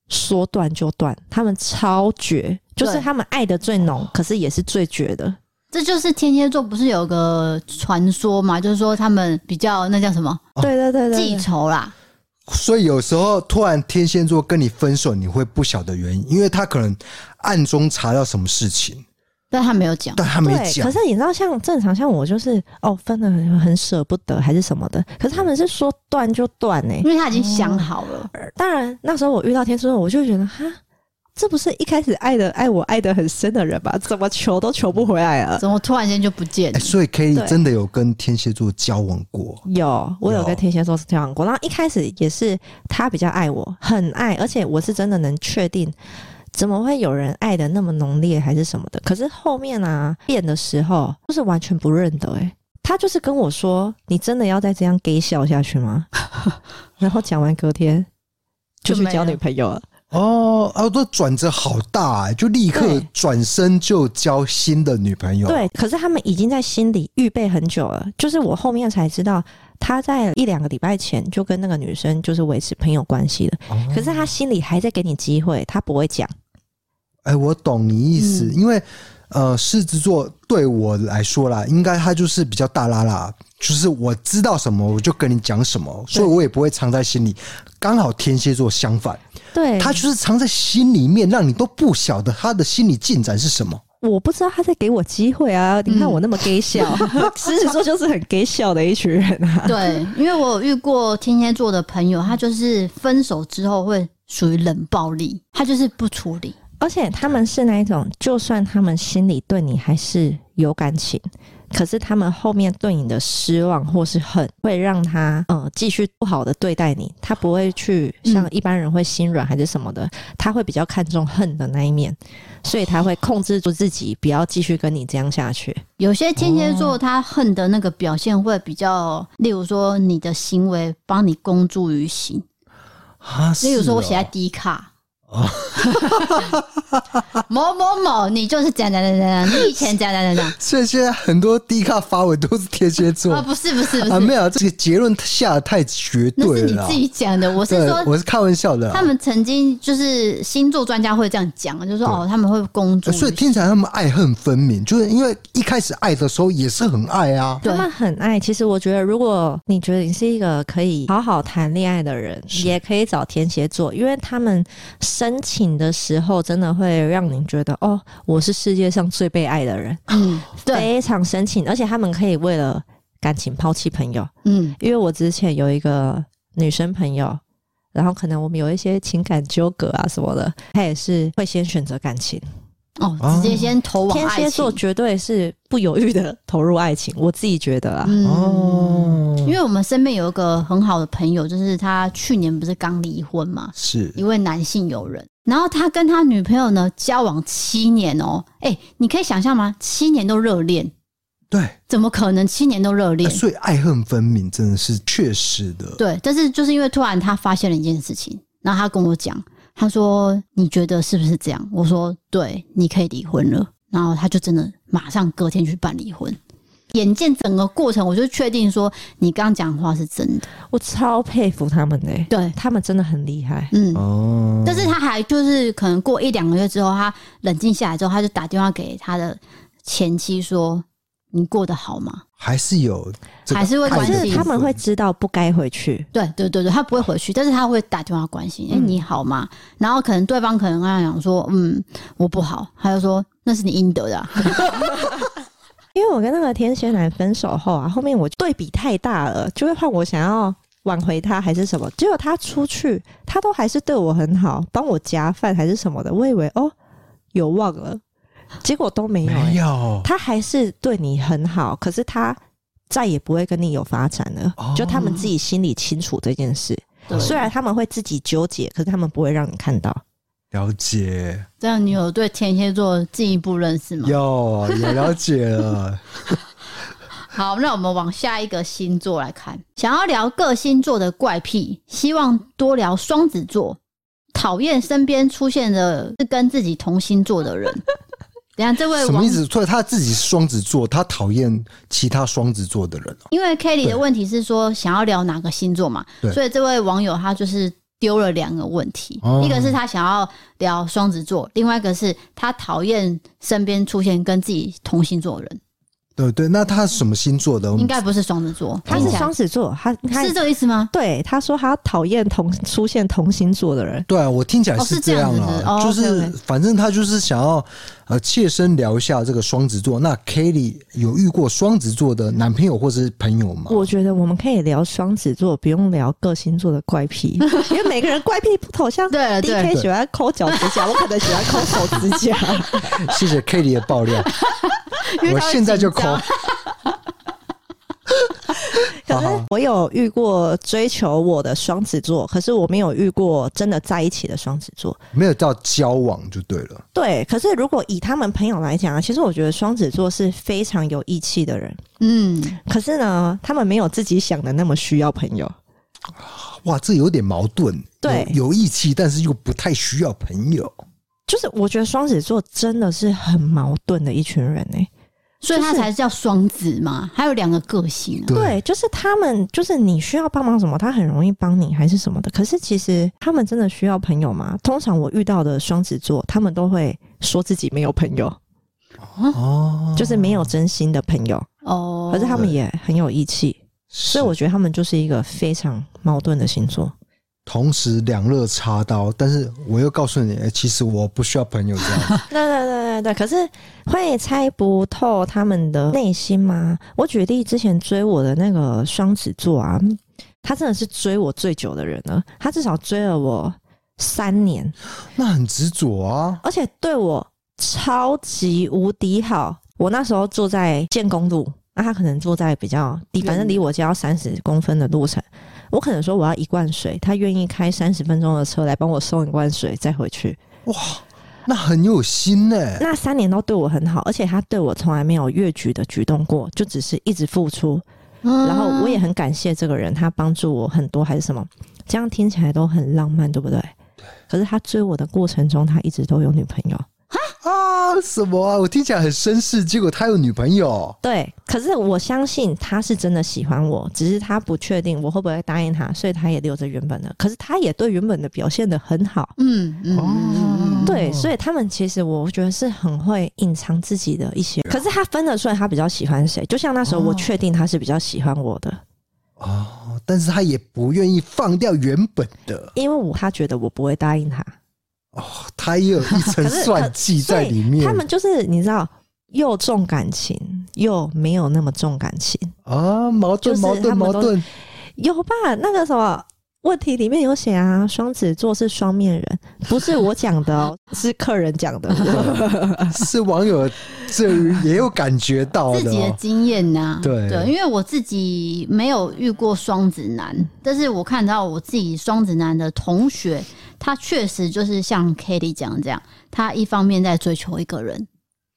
Speaker 3: 说断就断，他们超绝，就是
Speaker 1: 对哦
Speaker 3: 他们爱的最浓，可是也是最绝的。
Speaker 1: 这就是天蝎座不是有个传说嘛，就是说他们比较那叫什么
Speaker 3: 对对对对对
Speaker 1: 哦记仇啦，
Speaker 2: 所以有时候突然天蝎座跟你分手，你会不晓得原因，因为他可能暗中查到什么事情，
Speaker 1: 但他没有讲。
Speaker 2: 但他没
Speaker 3: 对，
Speaker 2: 讲
Speaker 3: 可。是你知道，像正常像我就是哦，分了很很舍不得还是什么的，可是他们是说断就断哎、
Speaker 1: 因为他已经想好了，
Speaker 3: 当然那时候我遇到天蝎座，我就觉得哈，这不是一开始爱的爱我爱的很深的人吧？怎么求都求不回来啊了。
Speaker 1: 怎么突然间就不见
Speaker 2: 哦
Speaker 1: 了？
Speaker 2: 哎、所以 k a t i e
Speaker 3: 对
Speaker 2: 真的有跟天蝎座交往过，
Speaker 3: 有，我有
Speaker 2: 有
Speaker 3: 跟天蝎座是交往过，然后一开始也是他比较爱我，很爱，而且我是真的能确定，怎么会有人爱的那么浓烈还是什么的？可是后面啊变的时候，就是完全不认得、欸，他就是跟我说：“你真的要再这样给笑下去吗？” 然后讲完隔天就
Speaker 1: 就
Speaker 3: 去
Speaker 1: 没
Speaker 3: 交
Speaker 1: 了
Speaker 3: 女朋友了。
Speaker 2: 哦，啊，都转折好大、哎，就立刻
Speaker 3: 对
Speaker 2: 转身就交新的女朋友。，
Speaker 3: 对，可是他们已经在心里预备很久了。就是我后面才知道，他在一两个礼拜前就跟那个女生就是维持朋友关系了。可是他心里还在给你机会，他不会讲。
Speaker 2: 哎、我懂你意思，
Speaker 3: 嗯
Speaker 2: 因为呃，狮子座对我来说啦，应该他就是比较大拉拉，就是我知道什么我就跟你讲什么，所以我也不会藏在心里。刚好天蝎座相反，
Speaker 3: 对
Speaker 1: 哎
Speaker 2: 他就是藏在心里面，让你都不晓得他的心理进展是什么。
Speaker 3: 我不知道他在给我机会啊！你看我那么 gay 笑， 狮子座就是很 gay 笑的一群人啊。
Speaker 1: 对，因为我有遇过天蝎座的朋友，他就是分手之后会属于冷暴力，他就是不处理。
Speaker 3: 而且他们是那一种，就算他们心里对你还是有感情，可是他们后面对你的失望或是恨，会让他呃继续不好的对待你。他不会去像
Speaker 1: 嗯
Speaker 3: 一般人会心软还是什么的，他会比较看重恨的那一面，所以他会控制住自己，不要继续跟你这样下去。
Speaker 1: 有些天蝎座他恨的那个表现会比较，例如说你的行为帮你公诸于行，
Speaker 2: 啊，
Speaker 1: 例如
Speaker 2: 是
Speaker 1: 说我
Speaker 2: 哦
Speaker 1: 写在低卡。 某某某，你就是讲讲讲讲，你以前讲讲讲讲
Speaker 2: 所以现在很多低卡发文都是天蝎座
Speaker 1: 啊，不是不是不
Speaker 2: 啊，没
Speaker 1: 是，
Speaker 2: 有，这个结论下的太绝
Speaker 1: 那
Speaker 2: 对
Speaker 1: 是
Speaker 2: 了
Speaker 1: 你
Speaker 2: 啦。
Speaker 1: 自己讲的，我是
Speaker 2: 对
Speaker 1: 说，
Speaker 2: 我是开玩笑的啦。啊
Speaker 1: 他们曾经就是星座专家会这样讲，就说哦，他们会公诸于
Speaker 2: 呃所以
Speaker 1: 行，
Speaker 2: 听起来他们爱恨分明，就是因为一开始爱的时候也是很爱啊。
Speaker 1: 对
Speaker 3: 他们很爱。其实我觉得，如果你觉得你是一个可以好好谈恋爱的人，也可以找天蝎座，因为他们深情的时候，真的会让你觉得哦，我是世界上最被爱的人，
Speaker 1: 嗯，对，
Speaker 3: 非常深情，而且他们可以为了感情抛弃朋友。
Speaker 1: 嗯，
Speaker 3: 因为我之前有一个女生朋友。然后可能我们有一些情感纠葛啊什么的，她也是会先选择感情。
Speaker 1: 哦，直接先投往
Speaker 3: 天
Speaker 1: 爱
Speaker 3: 蝎
Speaker 1: 情
Speaker 3: 座绝对是不犹豫的投入爱情，我自己觉得啊。
Speaker 1: 嗯，
Speaker 2: 哦，
Speaker 1: 因为我们身边有一个很好的朋友，就是他去年不是刚离婚嘛，
Speaker 2: 是
Speaker 1: 一位男性友人，然后他跟他女朋友呢交往七年哦，哎、你可以想象吗？七年都热恋，
Speaker 2: 对、
Speaker 1: 怎么可能七年都热恋？
Speaker 2: 所以爱恨分明真的是确实的。
Speaker 1: 对，但是就是因为突然他发现了一件事情，然后他跟我讲，他说你觉得是不是这样？我说对，你可以离婚了。然后他就真的马上隔天去办离婚。眼见整个过程，我就确定说你刚刚讲的话是真的。
Speaker 3: 我超佩服他们的欸、
Speaker 1: 对，
Speaker 3: 他们真的很厉害。
Speaker 1: 嗯，
Speaker 2: 哦，
Speaker 1: 但是他还就是可能过一两个月之后，他冷静下来之后，他就打电话给他的前妻说：“你过得好吗
Speaker 2: 还是有这个
Speaker 1: 还是会
Speaker 2: 爱的
Speaker 1: 关
Speaker 3: 可
Speaker 1: 心
Speaker 2: 部分
Speaker 3: 是他们会知道不该回去？”，
Speaker 1: 对对对对，他不会回去，
Speaker 2: 嗯
Speaker 1: 但是他会打电话关心：“哎、你好吗？”然后可能对方可能跟他讲说：“嗯，我不好。”他就说：“那是你应得 的啊、
Speaker 3: 因为我跟那个天蝎男分手后啊，后面我对比太大了，就会换我想要挽回他还是什么，结果他出去，他都还是对我很好，帮我夹饭还是什么的，我以为哦有望了，结果都没有、
Speaker 2: 没
Speaker 3: 欸，
Speaker 2: 有
Speaker 3: 他还是对你很好，可是他。再也不会跟你有发展了，
Speaker 2: 哦
Speaker 3: 就他们自己心里清楚这件事。
Speaker 1: 对，
Speaker 3: 虽然他们会自己纠结，可是他们不会让你看到。
Speaker 2: 了解，
Speaker 1: 这样你有对天蝎座进一步认 识吗？
Speaker 2: 有有了 解了。
Speaker 1: 好，那我们往下一个星座来看。想要聊各星座的怪癖，希望多聊双子座。讨厌身边出现的是跟自己同星座 的人。等一下这位
Speaker 2: 什么
Speaker 1: 网
Speaker 2: 意，思？所以他自己是双子座，他讨厌其他双子座的人哦。
Speaker 1: 因为 Kelly
Speaker 2: 对
Speaker 1: 的问题是说想要聊哪个星座嘛
Speaker 2: 对，
Speaker 1: 所以这位网友他就是丢了两个问题，
Speaker 2: 哦
Speaker 1: 一个是他想要聊双子座，另外一个是他讨厌身边出现跟自己同星座的人，
Speaker 2: 对对，那他是什么星座的？我们
Speaker 1: 应该不是双子座，
Speaker 3: 他
Speaker 1: 听
Speaker 3: 是
Speaker 1: 起来
Speaker 3: 双子座，他他
Speaker 1: 是这个意思吗？
Speaker 3: 对，他说他讨厌同出现同星座的人。
Speaker 2: 对啊，我听起来
Speaker 1: 哦
Speaker 2: 是
Speaker 1: 是这
Speaker 2: 这样
Speaker 1: 样
Speaker 2: 啊，就
Speaker 1: 子是
Speaker 2: 是、
Speaker 1: 哦，OK，OK
Speaker 2: 反正他就是想要呃切身聊一下这个双子座。那 Kelly 有遇过双子座的男朋友或是朋友吗？
Speaker 3: 我觉得我们可以聊双子座，不用聊各星座的怪癖，因为每个人怪癖不同。像
Speaker 1: 对了对了
Speaker 3: DK 喜欢抠脚趾甲，我可能喜欢抠手指甲。
Speaker 2: 谢谢 Kelly 的爆料，
Speaker 1: 因为
Speaker 2: 我
Speaker 1: 他会
Speaker 2: 现在就抠
Speaker 1: 紧张。
Speaker 3: 可是
Speaker 2: 好好
Speaker 3: 我有遇过追求我的双子座，可是我没有遇过真的在一起的双子座。
Speaker 2: 没有到交往就对了。
Speaker 3: 对，可是如果以他们朋友来讲啊，其实我觉得双子座是非常有义气的人，
Speaker 1: 嗯，
Speaker 3: 可是呢，他们没有自己想的那么需要朋友。
Speaker 2: 哇，这有点矛盾。
Speaker 3: 对
Speaker 2: 有有义气，但是又不太需要朋友。
Speaker 3: 就是我觉得双子座真的是很矛盾的一群人哎、
Speaker 1: 所以他
Speaker 3: 就是
Speaker 1: 才叫双子嘛，还有两个个性啊。
Speaker 2: 对
Speaker 3: 对，就是他们，就是你需要帮忙什么，他很容易帮你，还是什么的。可是其实他们真的需要朋友吗？通常我遇到的双子座，他们都会说自己没有朋友，
Speaker 2: 哦，
Speaker 3: 就是没有真心的朋友。
Speaker 1: 哦，
Speaker 3: 可是他们也很有义气，
Speaker 2: 所
Speaker 3: 所以我觉得他们就是一个非常矛盾的星座。
Speaker 2: 同时两肋插刀，但是我又告诉你，哎，其实我不需要朋友这 样。
Speaker 3: 对对对对对，可是会猜不透他们的内心吗？我举例之前追我的那个双子座啊，他真的是追我最久的人了，他至少追了我三年，
Speaker 2: 那很执着啊，
Speaker 3: 而且对我超级无敌好。我那时候住在建工路，那他可能住在比较离，反正离我家要三十公分的路程。我可能说我要一罐水，他愿意开三十分钟的车来帮我送一罐水再回去。
Speaker 2: 哇，那很有心呢、
Speaker 3: 那三年都对我很好，而且他对我从来没有越矩的举动过，就只是一直付出。
Speaker 1: 嗯
Speaker 3: 然后我也很感谢这个人，他帮助我很多，还是什么？这样听起来都很浪漫，对不对？可是他追我的过程中，他一直都有女朋友。
Speaker 2: 啊，什么啊？我听起来很绅士，结果他有女朋友。
Speaker 3: 对，可是我相信他是真的喜欢我，只是他不确定我会不会答应他，所以他也留着原本的。可是他也对原本的表现的很好，
Speaker 1: 嗯嗯
Speaker 2: 哦
Speaker 1: 嗯，嗯
Speaker 3: 对，所以他们其实我觉得是很会隐藏自己的一些，哦可是他分得出来他比较喜欢谁。就像那时候我确定他是比较喜欢我的，
Speaker 2: 哦，但是他也不愿意放掉原本的，
Speaker 3: 因为我他觉得我不会答应他，
Speaker 2: 他也有一层算计在里面。
Speaker 3: 他们就是你知道又重感情又没有那么重感情，
Speaker 2: 啊，矛盾，
Speaker 3: 就是
Speaker 2: 矛
Speaker 3: 他
Speaker 2: 盾，
Speaker 3: 们
Speaker 2: 矛
Speaker 3: 都
Speaker 2: 盾。
Speaker 3: 有吧？那个什么。问题里面有写啊，双子座是双面人，不是我讲的 哦，是客人讲的。
Speaker 2: 是网友这也有感觉到
Speaker 1: 自
Speaker 2: 的、
Speaker 1: 己的
Speaker 2: 哦。
Speaker 1: 经验呐、
Speaker 2: 对
Speaker 1: 对，因为我自己没有遇过双子男，但是我看到我自己双子男的同学，他确实就是像 k a t i e 讲的这样，他一方面在追求一个人，
Speaker 2: 啊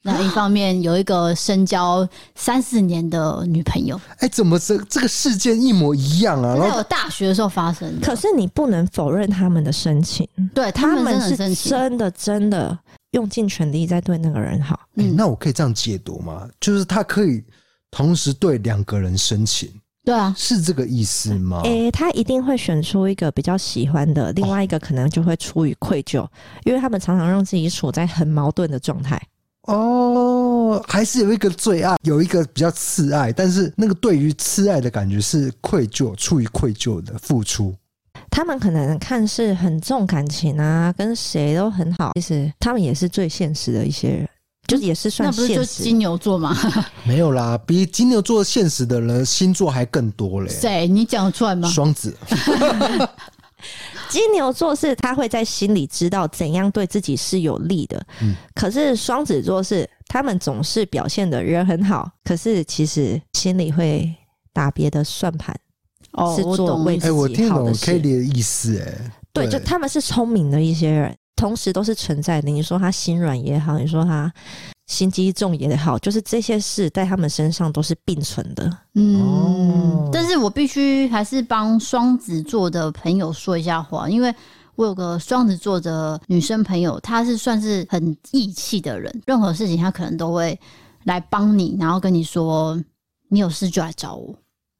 Speaker 1: 那一方面有一个深交三四年的女朋友，
Speaker 2: 哎、怎么这这个事件一模一样啊？
Speaker 1: 这
Speaker 2: 然
Speaker 1: 在
Speaker 2: 后
Speaker 1: 我大学的时候发生的。
Speaker 3: 可是你不能否认他们的深情，
Speaker 1: 对
Speaker 3: 他
Speaker 1: 们真
Speaker 3: 们
Speaker 1: 的很生
Speaker 3: 是
Speaker 1: 气，
Speaker 3: 真的真的用尽全力在对那个人好。
Speaker 2: 哎
Speaker 1: 嗯
Speaker 2: 那我可以这样解读吗？就是他可以同时对两个人深情，
Speaker 1: 对啊，
Speaker 2: 是这个意思
Speaker 1: 哦
Speaker 2: 吗？
Speaker 1: 哎
Speaker 3: 诶、他一定会选出一个比较喜欢的，另外一个可能就会出于愧疚，因为他们常常让自己处在很矛盾的状态。
Speaker 2: 哦，还是有一个最爱，有一个比较次爱，但是那个对于次爱的感觉是愧疚，出于愧疚的付出。
Speaker 3: 他们可能看似很重感情啊，跟谁都很好，其实他们也是最现实的一些人，就是也是
Speaker 1: 嗯那
Speaker 3: 算
Speaker 1: 不是就
Speaker 3: 现实。
Speaker 1: 金牛座吗？
Speaker 2: 没有啦，比金牛座现实的人星座还更多 嘞。
Speaker 1: 谁？你讲得出来吗？
Speaker 2: 双子，
Speaker 3: 金牛座是他会在心里知道怎样对自己是有利的，
Speaker 2: 嗯
Speaker 3: 可是双子座是他们总是表现的人很好，可是其实心里会打别的算盘。
Speaker 1: 哦，
Speaker 3: 是
Speaker 1: 我
Speaker 3: 做
Speaker 1: 懂
Speaker 3: 位
Speaker 1: 意
Speaker 2: 哎、
Speaker 1: 思
Speaker 3: 置
Speaker 2: 我听
Speaker 3: 好
Speaker 2: 懂
Speaker 3: 的
Speaker 2: k
Speaker 3: 事
Speaker 2: a t i e 的意思、哎，
Speaker 3: 对，就他们是聪明的一些人，同时都是存在的。你说他心软也好，你说他心机重也好，就是这些事在他们身上都是并存的。
Speaker 2: 哦
Speaker 1: 嗯，但是我必须还是帮双子座的朋友说一下话，因为我有个双子座的女生朋友，她是算是很义气的人，任何事情她可能都会来帮你，然后跟你说你有事就来找我，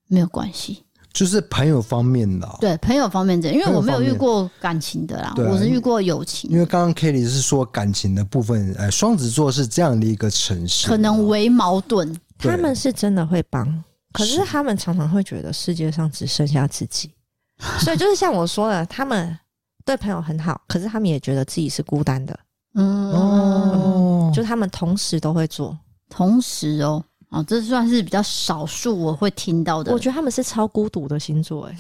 Speaker 1: 没有关系。
Speaker 2: 就是朋友方面的哦、
Speaker 1: 对朋友方面这，因为
Speaker 2: 朋友
Speaker 1: 我没有
Speaker 2: 方面
Speaker 1: 遇过感情的啦，
Speaker 2: 对啊
Speaker 1: 我是遇过友情
Speaker 2: 因，为刚刚 Kelly 是说感情的部分，呃，双子座是这样的一个城市，
Speaker 1: 可能为矛盾。
Speaker 2: 对
Speaker 3: 他们是真的会帮，可是
Speaker 2: 是
Speaker 3: 他们常常会觉得世界上只剩下自己，所以就是像我说 的，他们对朋友很好，可是他们也觉得自己是孤单的，
Speaker 1: 嗯，
Speaker 2: 哦，
Speaker 3: 就他们同时都会做。
Speaker 1: 同时哦，哦，这算是比较少数我会听到的。
Speaker 3: 我觉得他们是超孤独的星座、欸，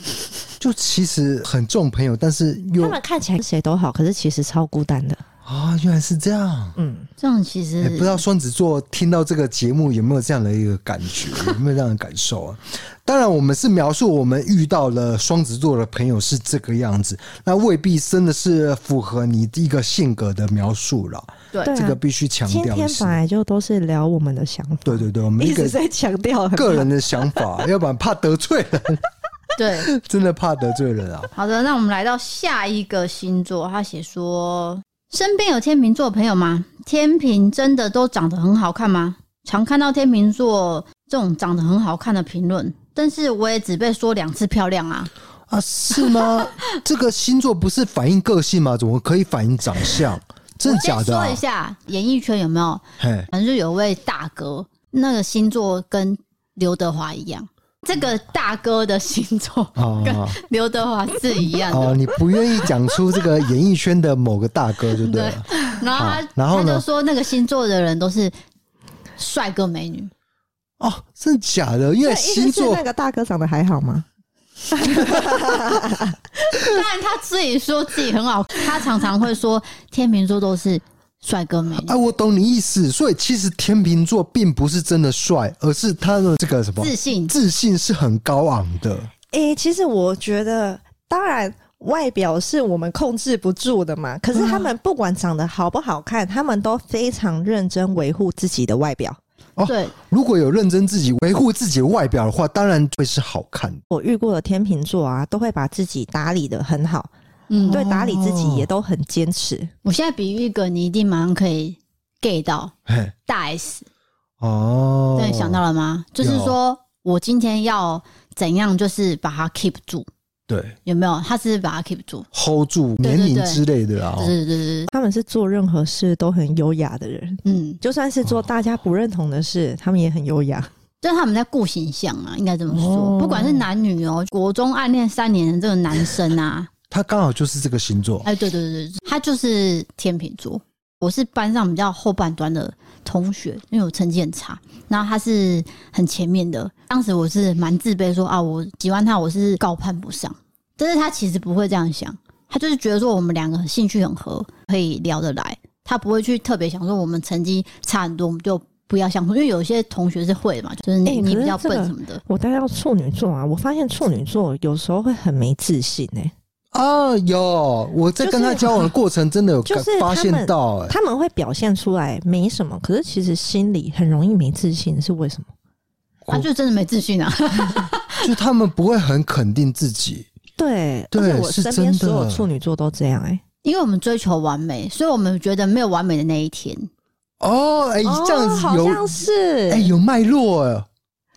Speaker 2: 就其实很重朋友，但是又
Speaker 3: 他们看起来谁都好，可是其实超孤单的。
Speaker 2: 啊，原来是这样。
Speaker 3: 嗯，
Speaker 1: 这样其
Speaker 2: 哎、
Speaker 1: 实、
Speaker 2: 不知道双子座听到这个节目有没有这样的一个感 觉，有没有这样的感受啊？当然，我们是描述我们遇到了双子座的朋友是这个样子，那未必真的是符合你一个性格的描述了。
Speaker 1: 对
Speaker 3: 对啊
Speaker 2: 这个必须强
Speaker 3: 今
Speaker 2: 调一
Speaker 3: 天本
Speaker 2: 下。
Speaker 3: 来就都是聊我们的想法，
Speaker 2: 对对对，我们
Speaker 3: 一
Speaker 2: 一个
Speaker 3: 直在强调很
Speaker 2: 个人的想 法，要不然怕得罪人，
Speaker 1: 对，
Speaker 2: 真的怕得罪人啊。
Speaker 1: 好的，那我们来到下一个星座，他写说：身边有天秤座的朋友吗？天秤真的都长得很好看吗？常看到天秤座这种长得很好看的评论，但是我也只被说两次漂亮啊。
Speaker 2: 啊，是吗？ 这个星座不是反映个性吗？怎么可以反映长相？真的假
Speaker 1: 先
Speaker 2: 的、
Speaker 1: 说
Speaker 2: 啊
Speaker 1: 一？下演艺圈有没有？
Speaker 2: 嘿，
Speaker 1: 反正就有位大哥，那个星座跟刘德华一样，这个大哥的星座
Speaker 2: 哦
Speaker 1: 跟刘德华是一样的。
Speaker 2: 哦，你不愿意讲出这个演艺圈的某个大 哥，对不对
Speaker 1: 对
Speaker 2: 了？，
Speaker 1: 然后他
Speaker 2: 好然后
Speaker 1: 他
Speaker 2: 呢
Speaker 1: 就说那个星座的人都是帅哥美女，
Speaker 2: 哦，真的假的？因为
Speaker 3: 对意
Speaker 2: 星
Speaker 3: 思是
Speaker 2: 座
Speaker 3: 那个大哥长得还好吗？
Speaker 1: 当然他自己说自己很好，他常常会说天秤座都是帅哥美女
Speaker 2: 啊，，我懂你意思。所以其实天秤座并不是真的帅，而是他的这个什么
Speaker 1: 自信
Speaker 2: 自信是很高昂的。
Speaker 3: 诶、其实我觉得，当然外表是我们控制不住的嘛。可是他们不管长得好不好看，他们都非常认真维护自己的外表。
Speaker 2: 哦
Speaker 1: 对，
Speaker 2: 如果有认真自己维护自己的外表的话，当然会是好看的。
Speaker 3: 我遇过的天秤座啊，都会把自己打理的很好，
Speaker 1: 嗯，
Speaker 3: 对打理自己也都很坚持。
Speaker 1: 我现在比喻一个，你一定马上可以 get 到
Speaker 2: 嘿，
Speaker 1: 大 S，
Speaker 2: 哦，
Speaker 1: 对，想到
Speaker 2: 了，
Speaker 1: 了吗？就是
Speaker 2: 有
Speaker 1: 说我今天要怎样，就是把它 keep 住，
Speaker 2: 对
Speaker 1: 有没有？他是把它 keep 住，
Speaker 2: ，hold 住
Speaker 1: 对对
Speaker 2: 年龄
Speaker 1: 对
Speaker 2: 之类的啊。
Speaker 1: 对
Speaker 2: 哦
Speaker 1: 对对对，对
Speaker 3: 他们是做任何事都很优雅的人，
Speaker 1: 嗯，
Speaker 3: 就算是做大家不认同的事，他们也很优雅。
Speaker 1: 就是他们在顾形象啊，应该这么说，
Speaker 2: 哦
Speaker 1: 不管是男女哦，国中暗恋三年的这个男生啊，
Speaker 2: 他刚好就是这个星
Speaker 3: 哦
Speaker 2: 座，
Speaker 1: 哎，对对对，对他就是天秤座。我是班上比较后半端的同学，因为我成绩很差，然后他是很前面的。当时我是蛮自卑说啊，我喜欢他，我是高攀不上。但是他其实不会这样想，他就是觉得说我们两个兴趣很合，可以聊得来。他不会去特别想说我们成绩差很多，我们就不要相处。因为有些同学是会的嘛，就是你、
Speaker 3: 哎
Speaker 1: 你
Speaker 3: 可是
Speaker 1: 比较
Speaker 3: 这
Speaker 1: 笨
Speaker 3: 个
Speaker 1: 什么的。
Speaker 3: 我带到处女座啊，我发现处女座有时候会很没自信欸诶、
Speaker 2: 啊，有我在跟他交往的过程，真的有
Speaker 3: 就是
Speaker 2: 发
Speaker 3: 他们
Speaker 2: 现到、哎
Speaker 3: 他们会表现出来没什么，可是其实心里很容易没自信，是为什么？哦
Speaker 1: 他、就真的没自信啊。
Speaker 2: 就他们不会很肯定自己。
Speaker 3: 对，
Speaker 2: 对
Speaker 3: 而且我
Speaker 2: 是
Speaker 3: 身边
Speaker 2: 真
Speaker 3: 所
Speaker 2: 的
Speaker 3: 有处女座都这样哎、
Speaker 1: 因为我们追求完美，所以我们觉得没有完美的那一天。
Speaker 2: 哦，哎、这样子
Speaker 3: 好
Speaker 2: 有，
Speaker 3: 像是
Speaker 2: 哎、有脉络、哎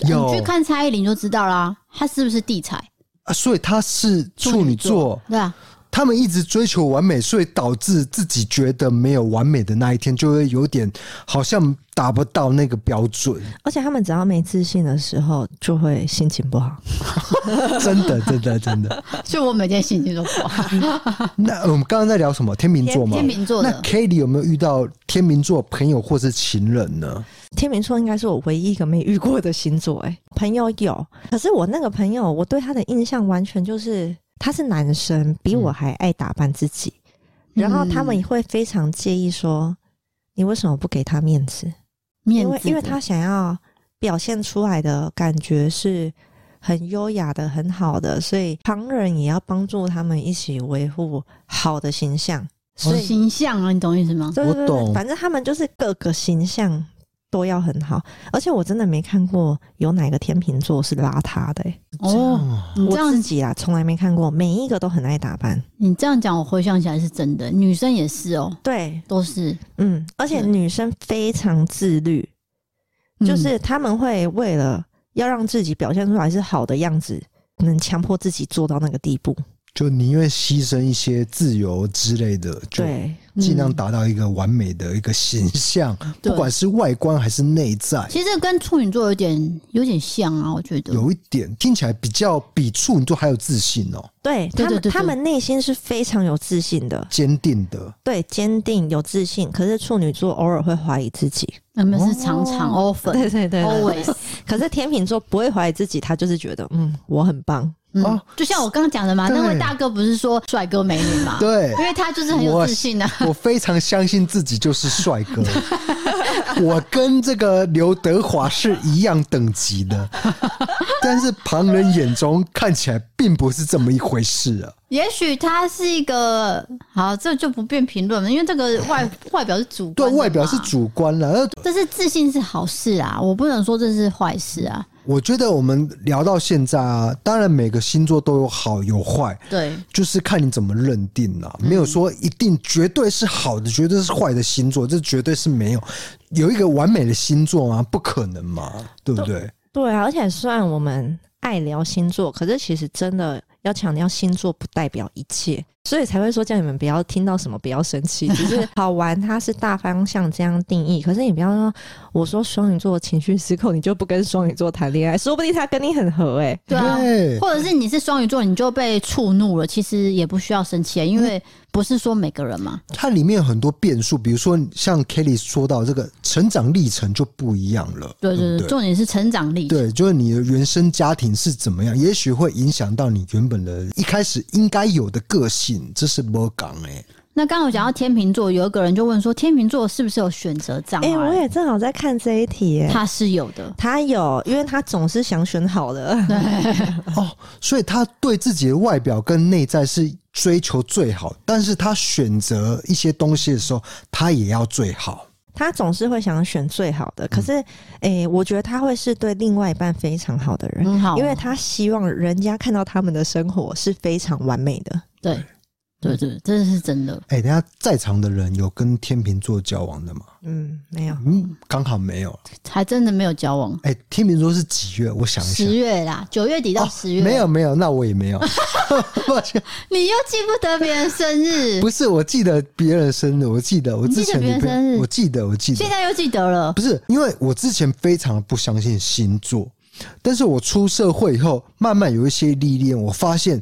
Speaker 2: 有
Speaker 1: 你去看蔡依林就知道啦，她是不是地才？
Speaker 2: 啊，所以他是处女座，
Speaker 1: 对啊，
Speaker 2: 他们一直追求完美，所以导致自己觉得没有完美的那一天，就会有点好像达不到那个标准。
Speaker 3: 而且他们只要没自信的时候，就会心情不好。
Speaker 2: 真的，真的，真的。
Speaker 1: 所以我每天心情都不好。
Speaker 2: 那我们刚刚在聊什么？天秤座 吗？
Speaker 1: 天秤座
Speaker 2: 那
Speaker 1: 的
Speaker 2: k a t i e 有没有遇到天秤座朋友或是情人呢？
Speaker 3: 天秤座应该是我唯一一个没遇过的星座哎、朋友有，可是我那个朋友，我对他的印象完全就是他是男生，比我还爱打扮自己，
Speaker 2: 嗯
Speaker 3: 然后他们也会非常介意说你为什么不给他面子。
Speaker 1: 面
Speaker 3: 因
Speaker 1: 子
Speaker 3: 为
Speaker 1: 的，
Speaker 3: 因为他想要表现出来的感觉是很优雅的、很好的，所以旁人也要帮助他们一起维护好的形象。所以，
Speaker 1: 形象啊，你懂意思吗？
Speaker 3: 对对对对，
Speaker 2: 懂
Speaker 3: 反正他们就是各个形象都要很好。而且我真的没看过有哪个天秤座是邋遢的、欸，
Speaker 1: 哦，
Speaker 2: 哦，
Speaker 1: 你这
Speaker 3: 我
Speaker 1: 样
Speaker 3: 自己啊从来没看过，每一个都很爱打扮。
Speaker 1: 你这样讲，我回想起来是真的，女生也是哦，
Speaker 3: 对，
Speaker 1: 都是，
Speaker 3: 嗯，而且
Speaker 1: 是
Speaker 3: 女生非常自律，就
Speaker 1: 嗯
Speaker 3: 是他们会为了要让自己表现出来是好的样子，能强迫自己做到那个地步。
Speaker 2: 就宁愿牺牲一些自由之类的，就
Speaker 3: 对，
Speaker 2: 尽量
Speaker 1: 嗯
Speaker 2: 达到一个完美的一个形象，
Speaker 1: 对
Speaker 2: 不管是外观还是内在。
Speaker 1: 其实跟处女座有点有点像啊，我觉得
Speaker 2: 有一点听起来比较比处女座还有自信哦，
Speaker 3: 对
Speaker 1: 对
Speaker 3: 他们，
Speaker 1: 对对
Speaker 3: 他们内心是非常有自信的，
Speaker 2: 坚定的。
Speaker 3: 对，坚定有自信。可是处女座偶尔会怀疑自己，
Speaker 1: 那们是常常 often
Speaker 3: 对对
Speaker 1: always，
Speaker 3: 可是天秤座不会怀疑自己，他就是觉得嗯，我很棒。
Speaker 1: 嗯
Speaker 2: 哦，
Speaker 1: 就像我刚刚讲的嘛，
Speaker 2: 对
Speaker 1: 那位大哥不是说帅哥美女嘛，
Speaker 2: 对
Speaker 1: 因为他就是很有
Speaker 2: 我
Speaker 1: 自信啊，
Speaker 2: 我非常相信自己就是帅 哥，我跟这个刘德华是一样等级的，但是旁人眼中看起来并不是这么一回事啊。
Speaker 1: 也许他是一个好，这就不便评论了，因为这个外 外表是主
Speaker 2: 对
Speaker 1: 观，
Speaker 2: 外表是，主观了，那
Speaker 1: 但是自信是好事啊，我不能说这是坏事啊。
Speaker 2: 我觉得我们聊到现在啊，当然每个星座都有好有坏，
Speaker 1: 对，
Speaker 2: 就是看你怎么认定啦、
Speaker 1: 嗯
Speaker 2: 没有说一定绝对是好的，绝对是坏的星座，这绝对是没有有一个完美的星座吗？不可能嘛，对不对？
Speaker 3: 对啊，而且虽然我们爱聊星座，可是其实真的要强调，星座不代表一切。所以才会说叫你们不要听到什么不要生气，只是好玩，它是大方向这样定义。可是你不要说我说双鱼座情绪失控，你就不跟双鱼座谈恋爱，说不定他跟你很合哎、
Speaker 1: 对啊，
Speaker 2: 对
Speaker 1: 或者是你是双鱼座，你就被触怒了，其实也不需要生气，啊因为不是说每个人嘛。
Speaker 2: 它里面有很多变数，比如说像 Kelly 说到这个成长历程就不一样了，
Speaker 1: 对对
Speaker 2: 嗯对
Speaker 1: 对，
Speaker 2: 不对，
Speaker 1: 重点是成长力。
Speaker 2: 对，就是你的原生家庭是怎么样，也许会影响到你原本的一开始应该有的个性，这是没讲哎，
Speaker 1: 那刚刚我讲到天秤座，有一个人就问说，天秤座是不是有选择障
Speaker 3: 哎、
Speaker 1: 碍？
Speaker 3: 我也正好在看这一题耶、
Speaker 1: 他是有的，
Speaker 3: 他有，因为他总是想选好的，
Speaker 2: 哦，所以他对自己的外表跟内在是追求最好，但是他选择一些东西的时候，他也要最好。
Speaker 3: 他总是会想选最好的。可是，哎、我觉得他会是对另外一半非常好的
Speaker 2: 嗯
Speaker 3: 人，
Speaker 1: 很嗯好，
Speaker 3: 因为他希望人家看到他们的生活是非常完美的。
Speaker 1: 对对对，这是真的。
Speaker 2: 哎、等一下在场的人有跟天秤座交往的吗？
Speaker 3: 嗯，没有，
Speaker 2: 嗯，刚好没有。
Speaker 1: 还真的没有交往。
Speaker 2: 哎、天秤座是几月？我想一下哦
Speaker 1: 十，月啦，九月底到十月、
Speaker 2: 没有，没有，那我也 没有。抱歉，
Speaker 1: 你又记不得别人生日，
Speaker 2: 不是，我记得别人生日，我记得我
Speaker 1: 你记
Speaker 2: 之
Speaker 1: 得
Speaker 2: 前
Speaker 1: 别人
Speaker 2: 的
Speaker 1: 生日
Speaker 2: 我记得，我记得
Speaker 1: 现。在又记得了。
Speaker 2: 不是，因为我之前非常不相信星座，但是我出社会以后，慢慢有一些历练，我发现，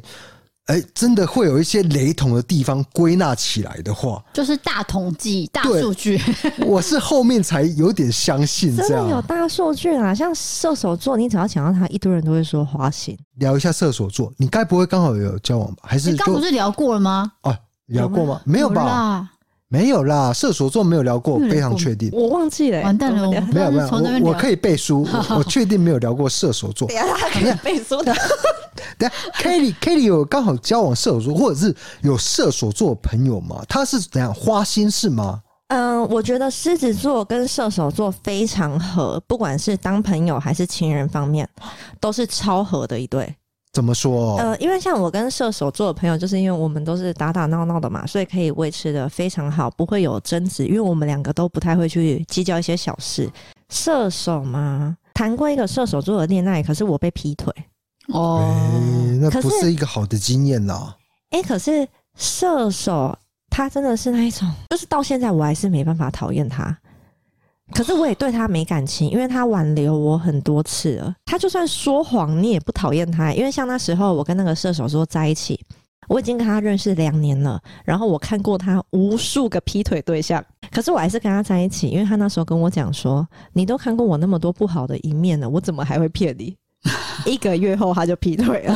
Speaker 2: 哎、真的会有一些雷同的地方归纳起来的话，
Speaker 1: 就是大统计、大
Speaker 2: 对
Speaker 1: 数据，
Speaker 2: 我是后面才有点相信
Speaker 3: 真
Speaker 2: 这
Speaker 3: 的有
Speaker 2: 样。
Speaker 3: 大数据啊！像射手座，你只要讲到他，一堆人都会说花心。
Speaker 2: 聊一下射手座，你该不会刚好有交往吧？还是
Speaker 1: 你刚不
Speaker 2: 就是
Speaker 1: 聊过了吗？
Speaker 2: 哦、聊过吗？没有吧？
Speaker 1: 啦，
Speaker 2: 没有啦，射手座没有聊过，
Speaker 1: 没有聊
Speaker 2: 非常
Speaker 1: 过
Speaker 2: 确定。
Speaker 3: 我忘记了、欸，
Speaker 1: 完蛋了，我
Speaker 3: 我
Speaker 1: 们
Speaker 2: 没有没有，
Speaker 1: 从那边
Speaker 2: 我我可
Speaker 1: 以
Speaker 2: 以背书，我我确定没有聊过射手座。
Speaker 3: 下他可以背书的。
Speaker 2: 等下 Kelly Kelly 有刚好交往射手座，或者是有射手座的朋友吗？他是怎样花心是吗？
Speaker 3: 嗯，我觉得狮子座跟射手座非常合，不管是当朋友还是情人方面，都是超合的一对。
Speaker 2: 怎么说？
Speaker 3: 呃，因为像我跟射手座的朋友，就是因为我们都是打打闹闹的嘛，所以可以维持的非常好，不会有争执。因为我们两个都不太会去计较一些小事。射手嘛，谈过一个射手座的恋爱，可是我被劈腿。
Speaker 2: 哎、
Speaker 1: 哦，
Speaker 2: 那
Speaker 3: 可是
Speaker 2: 不是一个好的经验呐。
Speaker 3: 哎、可是射手他真的是那一种，就是到现在我还是没办法讨厌他。可是我也对他没感情，因为他挽留我很多次了。他就算说谎，你也不讨厌他，因为像那时候我跟那个射手座在一起，我已经跟他认识两年了，然后我看过他无数个劈腿对象，可是我还是跟他在一起，因为他那时候跟我讲说：“你都看过我那么多不好的一面了，我怎么还会骗你？” 一个月后他就劈腿了。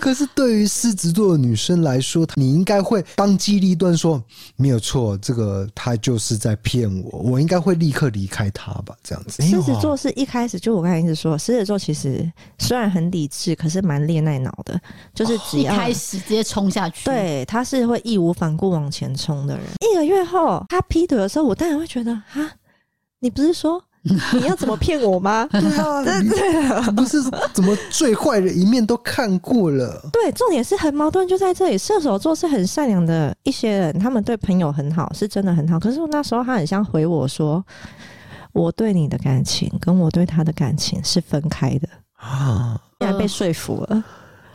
Speaker 2: 可是对于狮子座的女生来说，你应该会当机立断说没有错，这个他就是在骗我，我应该会立刻离开他吧？这样 子。
Speaker 3: 狮子
Speaker 2: 没有
Speaker 3: 座
Speaker 2: 啊
Speaker 3: 是一开始就我刚才一直说，狮子座其实虽然很理智，可是蛮恋爱脑的，就是
Speaker 2: 哦
Speaker 3: 只
Speaker 2: 哎
Speaker 1: 一
Speaker 3: 要、
Speaker 1: 开始直接冲下去，，
Speaker 3: 对他是会义无反顾往前冲的人。一个月后他劈腿的时候，我当然会觉得啊，你不 是说你要怎么骗我吗？
Speaker 2: 对啊，你不是怎么最坏的一面都看过了。
Speaker 3: 对，重点是很矛盾，就在这里。射手座是很善良的一些人，他们对朋友很好，是真的很好。可是我那时候他很像回我说，我对你的感情跟我对他的感情是分开的，
Speaker 2: 啊！
Speaker 3: 竟然
Speaker 1: 嗯
Speaker 3: 被说服了。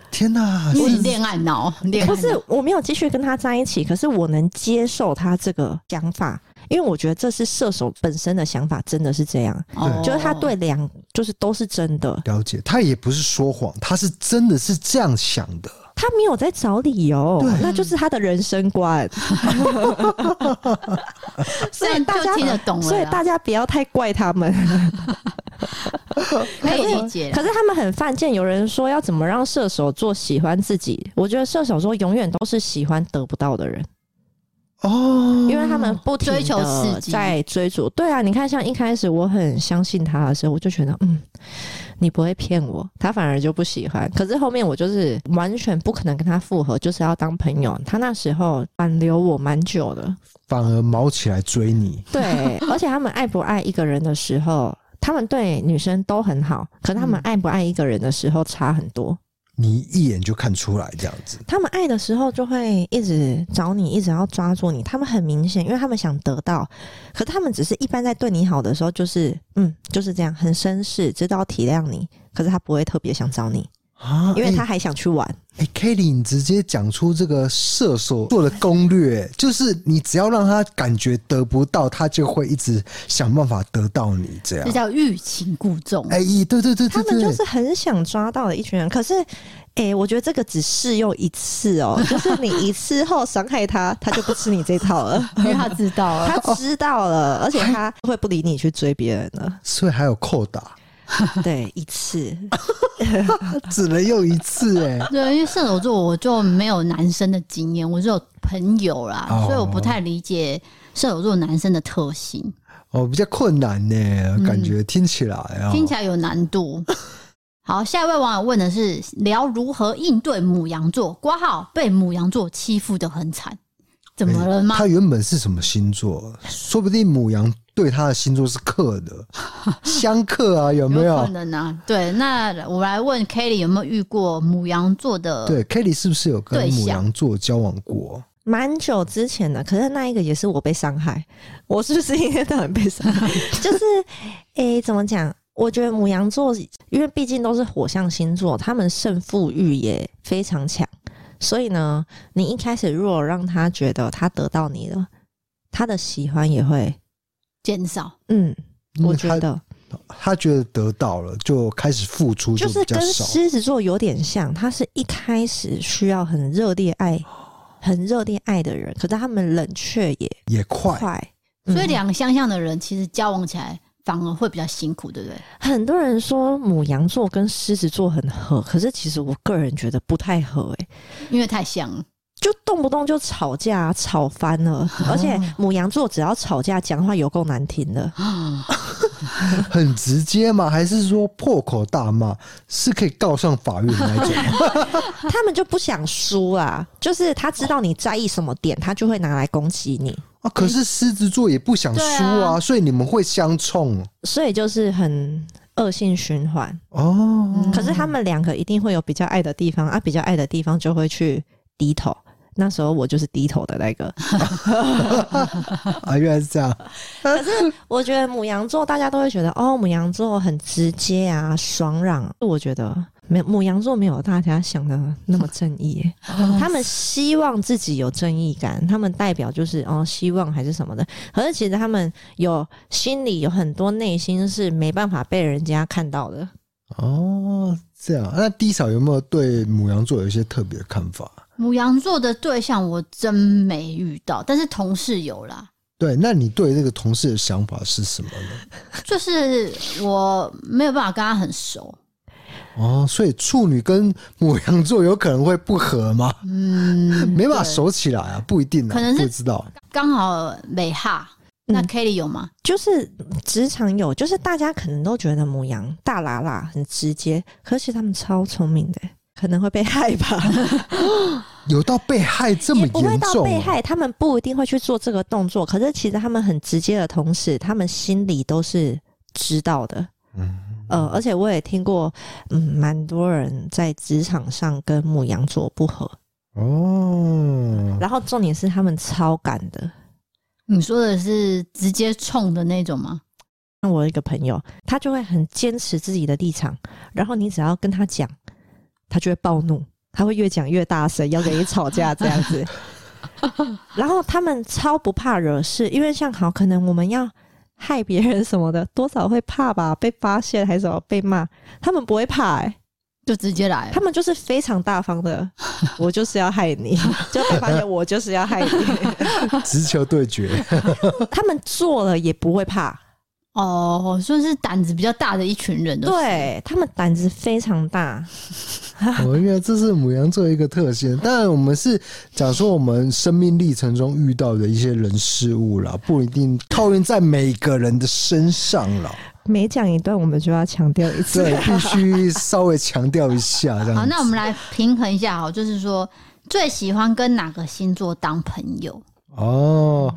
Speaker 2: 天哪，
Speaker 1: 因为
Speaker 2: 狮
Speaker 1: 你
Speaker 2: 子
Speaker 1: 恋爱脑，恋爱
Speaker 3: 不
Speaker 1: 脑
Speaker 3: 是，我没有继续跟他在一起，可是我能接受他这个想法，因为我觉得这是射手本身的想法，真的是这样，
Speaker 1: 哦
Speaker 3: 就是他对两就是都是真的，
Speaker 2: 了解，他也不是说谎，他是真的是这样想的。
Speaker 3: 他没有在找理由，那就是他的人 生观。所
Speaker 1: 哦这
Speaker 3: 以
Speaker 1: 样
Speaker 3: 大家
Speaker 1: 就听得懂了啦，啊
Speaker 3: 所以大家不要太怪他们，
Speaker 1: 可以理解啦。
Speaker 3: 可是他们很犯贱。有人说要怎么让射手座喜欢自己，我觉得射手座永远都是喜欢得不到的人。
Speaker 2: 哦，
Speaker 3: 因为他们不停地
Speaker 1: 追求刺激
Speaker 3: 在嗯追逐。对啊，你看，像一开始我很相信他的时候，我就觉得，嗯，你不会骗我，他反而就不喜欢。可是后面我就是完全不可能跟他复合，就是要当朋友。他那时候挽留我蛮久的，
Speaker 2: 反而毛起来追你，
Speaker 3: 对，而且他们爱不爱一个人的时候。他们对女生都很好，可他们爱不爱一个人的时候差很多。
Speaker 2: 你一眼就看出来这样子。
Speaker 3: 他们爱的时候就会一直找你，一直要抓住你。他们很明显，因为他们想得到，可他们只是一般在对你好的时候，就是嗯，就是这样，很绅士，知道体谅你，可是他不会特别想找你。
Speaker 2: 啊
Speaker 3: 因为
Speaker 2: 哎
Speaker 3: 他还想去玩。
Speaker 2: 哎、k e t t y 你直接讲出这个射手座的攻略，就是你只要让他感觉得不到，他就会一直想办法得到你这样
Speaker 1: 这。叫欲擒故纵。
Speaker 2: 哎、咦对对对
Speaker 3: 他
Speaker 2: 对
Speaker 3: 们
Speaker 2: 对，
Speaker 3: 就是很想抓到的一群人， 可是，哎、我觉得这个只适用一次 哦，就是你一次后伤害他，他就不吃你这套 了。
Speaker 1: 因为他知道了，
Speaker 3: 他知道了，而且他会不理你去追别人了。
Speaker 2: 所以还有扣打，
Speaker 3: 对，一次，
Speaker 2: 只能用一次哎、
Speaker 1: 对，因为射手座我就没有男生的经验，我只有朋友啦，
Speaker 2: 哦
Speaker 1: 所以我不太理解射手座男生的特性，
Speaker 2: 哦，比较困难呢、感觉听起来哦，
Speaker 1: 听起来有难度。 好，下一位网友问的是聊如何应对母羊座，挂号被母羊座欺负的很惨，怎么了吗
Speaker 2: 哎他？原本是什么星座？说不定母羊对他的星座是克的，相克啊，有没有？
Speaker 1: 可能啊？对，那我来问 Kelly 有没有遇过母羊座的？
Speaker 2: 对 k e t t y 是不是有跟
Speaker 1: 呃对象
Speaker 2: 母羊座交往过？
Speaker 3: 蛮久之前的，可是那一个也是我被伤害，我是不是应该当然被伤害？ 就是，诶、怎么讲？我觉得母羊座，因为毕竟都是火象星座，他们胜负欲也非常强，所以呢，你一开始如果让他觉得他得到你了，他的喜欢也会，
Speaker 1: 减少
Speaker 3: 嗯，
Speaker 2: 因为
Speaker 3: 我觉
Speaker 2: 他
Speaker 3: 得
Speaker 2: 他觉得得到了，就开始付出
Speaker 3: 就
Speaker 2: 比
Speaker 3: 是
Speaker 2: 较
Speaker 3: 跟
Speaker 2: 少。
Speaker 3: 狮子座有点像，他是一开始需要很热烈爱、很热烈爱的人，可是他们冷却也
Speaker 2: 也快，
Speaker 3: 快，
Speaker 1: 所以
Speaker 3: 嗯
Speaker 1: 两个相像的人其实交往起来反而会比较辛苦，对不对？
Speaker 3: 很多人说母羊座跟狮子座很合，可是其实我个人觉得不太合、欸，
Speaker 1: 因为太像了。
Speaker 3: 就动不动就吵架、吵翻了，而且母羊座只要吵架，讲话有够难听的。
Speaker 2: 很直接嘛？还是说破口大骂是可以告上法院的那 种？
Speaker 3: 他们就不想输啊，就是他知道你在意什么点，他就会拿来攻击你，
Speaker 2: 啊，可是狮子座也不想输
Speaker 1: 对
Speaker 2: 啊，
Speaker 1: 啊
Speaker 2: 所以你们会相冲
Speaker 3: 所以就是很恶性循环。
Speaker 2: 哦。
Speaker 3: 可是他们两个一定会有比较爱的地方啊，比较爱的地方就会去低头。那时候我就是低头的那个，
Speaker 2: 啊，原来是这样。
Speaker 3: 我觉得母羊座大家都会觉得哦，母羊座很直接啊，爽朗。我觉得没有母羊座没有大家想的那么正义耶，他们希望自己有正义感，他们代表就是哦希望还是什么的。可是其实他们有心里有很多内心是没办法被人家看到的。
Speaker 2: 哦，这样。那低嫂有没有对母羊座有一些特别的看法？
Speaker 1: 母羊座的对象我真没遇到，但是同事有啦。
Speaker 2: 对，那你对这个同事的想法是什么呢？
Speaker 1: 就是我没有办法跟他很熟，
Speaker 2: 哦，所以处女跟母羊座有可能会不合吗？
Speaker 1: 嗯，
Speaker 2: 没办法
Speaker 1: 对
Speaker 2: 熟起来啊，不一定啊，
Speaker 1: 可能是
Speaker 2: 不知道。
Speaker 1: 刚好美哈。那
Speaker 3: 嗯
Speaker 1: Kelly 有吗？
Speaker 3: 就是职场有，就是大家可能都觉得母羊大喇喇很直接，可是其实他们超聪明的耶，可能会被害吧。
Speaker 2: 有到被害这么
Speaker 3: 也不会
Speaker 2: 严
Speaker 3: 到
Speaker 2: 重、
Speaker 3: 被
Speaker 2: 啊？
Speaker 3: 害，他们不一定会去做这个动作，可是其实他们很直接的同时，他们心里都是知道的。
Speaker 2: 嗯
Speaker 3: 呃，而且我也听过，嗯，蛮多人在职场上跟母羊座不合，
Speaker 2: 哦，
Speaker 3: 然后重点是他们超赶的。嗯
Speaker 1: 你说的是直接冲的那种吗？
Speaker 3: 像我有一个朋友，他就会很坚持自己的立场，然后你只要跟他讲，他就会暴怒，他会越讲越大声，要跟你吵架这样子。然后他们超不怕惹事，因为像好可能我们要害别人什么的，多少会怕吧，被发现还是什么被骂，他们不会怕、欸，
Speaker 1: 就直接来
Speaker 3: 他们就是非常大方的，我就是要害你，就被发现我就是要害你，
Speaker 2: 直球对决，
Speaker 3: 他们做了也不会怕。
Speaker 1: 哦，算是胆子比较大的一群人，，
Speaker 3: 对他们胆子非常大，
Speaker 2: 我觉得哦这是母羊座一个特性。当然，我们是讲说我们生命历程中遇到的一些人事物啦，不一定套用在每个人的身上 啦。
Speaker 3: 每讲一段，我们就要强调一次。
Speaker 2: 对，必须稍微强调一下这样子。
Speaker 1: 好，那我们来平衡一下，好，就是说最喜欢跟哪个星座当朋友？
Speaker 2: 哦，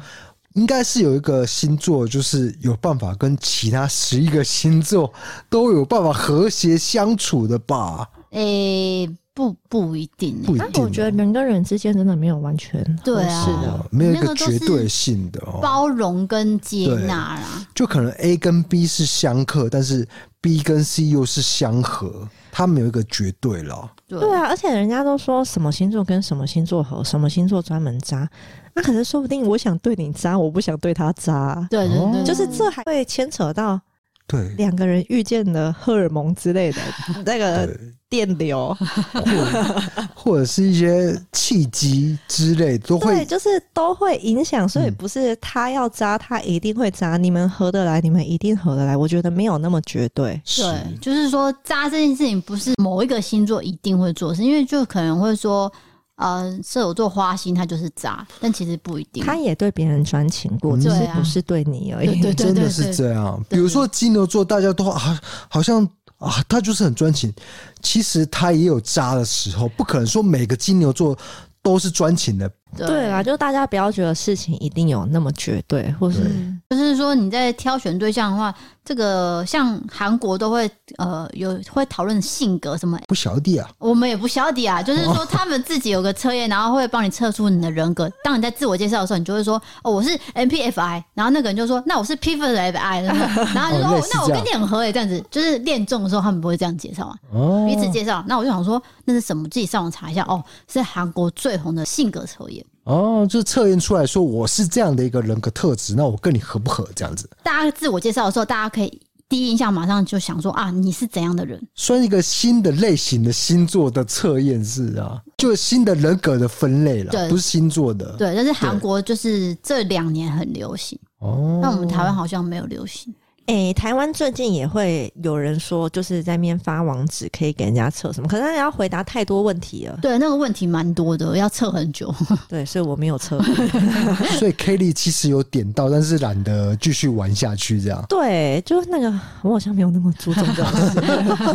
Speaker 2: 应该是有一个星座，就是有办法跟其他十一个星座都有办法和谐相处的吧？
Speaker 1: 诶、不不一定、
Speaker 2: 不一
Speaker 3: 但
Speaker 2: 定、
Speaker 3: 我觉得人跟人之间真的没有完全
Speaker 1: 对啊
Speaker 3: 合适的。
Speaker 2: 哦，没有一
Speaker 1: 那
Speaker 2: 个
Speaker 1: 个都
Speaker 2: 绝
Speaker 1: 是
Speaker 2: 对性的哦。
Speaker 1: 包容跟接纳啦，
Speaker 3: 嗯
Speaker 2: 就可能 A 跟 B 是相克，但是 B 跟 C 又是相合，它没有一个绝对了。
Speaker 1: 对
Speaker 3: 对啊，而且人家都说什么星座跟什么星座合，什么星座专门渣，那、可是说不定我想对你渣，我不想对他渣啊，
Speaker 1: 对
Speaker 2: 哦
Speaker 1: 对对，
Speaker 3: 就是这还会牵扯到
Speaker 2: 对，
Speaker 3: 两个人遇见的 荷尔蒙之类的那个
Speaker 2: 对，
Speaker 3: 电流，
Speaker 2: 或者 是一些契机之类都
Speaker 3: 对，
Speaker 2: 会。
Speaker 3: 就是都会影响，所以
Speaker 2: 嗯
Speaker 3: 不是他要渣，他一定会渣，你们合得来，你们一定合得来，我觉得没有那么绝对。
Speaker 2: 是
Speaker 1: 对，就是说渣这件事情不是某一个星座一定会做，是因为就可能会说，呃，射手座花心他就是渣，但其实不一定。
Speaker 3: 他也对别人专情过，
Speaker 2: 嗯
Speaker 3: 只
Speaker 1: 对
Speaker 3: 是
Speaker 1: 啊
Speaker 3: 不是嗯对你而已。
Speaker 1: 对对对
Speaker 2: 真的是这样。比
Speaker 1: 对
Speaker 2: 如说金牛座，大家都啊，好像啊，他就是很专情。其实他也有渣的时候，不可能说每个金牛座都是专情的。
Speaker 3: 对啦，
Speaker 1: 啊，
Speaker 3: 就大家不要觉得事情一定有那么绝对，或是
Speaker 2: 对
Speaker 1: 嗯就是说你在挑选对象的话，这个像韩国都会呃有会讨论性格什么，
Speaker 2: 不晓得啊，
Speaker 1: 我们也不晓得啊，就是说他们自己有个测验，然后会帮你测出你的人格。当你在自我介绍的时候，你就会说哦我是 M P F I，然后那个人就说那我是 P F I，然后就说
Speaker 2: 哦
Speaker 1: 哦
Speaker 2: 类似
Speaker 1: 那我
Speaker 2: 这
Speaker 1: 跟
Speaker 2: 样
Speaker 1: 你很合诶，这样子就是恋综的时候他们不会这样介绍啊。
Speaker 2: 哦
Speaker 1: 彼此介绍。那我就想说，那是什么？自己上网查一下。哦，是韩国最红的性格测验。
Speaker 2: 哦，就是测验出来说我是这样的一个人格特质，那我跟你合不合这样子，
Speaker 1: 大家自我介绍的时候，大家可以第一印象马上就想说啊，你是怎样的人？
Speaker 2: 算一个新的类型的星座的测验是啊，就是新的人格的分类了，
Speaker 1: 对
Speaker 2: 不是星座的。
Speaker 1: 对，但是韩国就是这两年很流行，
Speaker 2: 哦，
Speaker 1: 但我们台湾好像没有流行。
Speaker 3: 诶、台湾最近也会有人说，就是在面发网址可以给人家测什么，可是人家回答太多问题 了，
Speaker 1: 对，那个问题蛮多的，要测很久。
Speaker 3: 对，所以我没有测。
Speaker 2: 所以 Kelly 其实有点到，但是懒得继续玩下去这样。
Speaker 3: 对，就是那个，我好像没有那么注重这种事，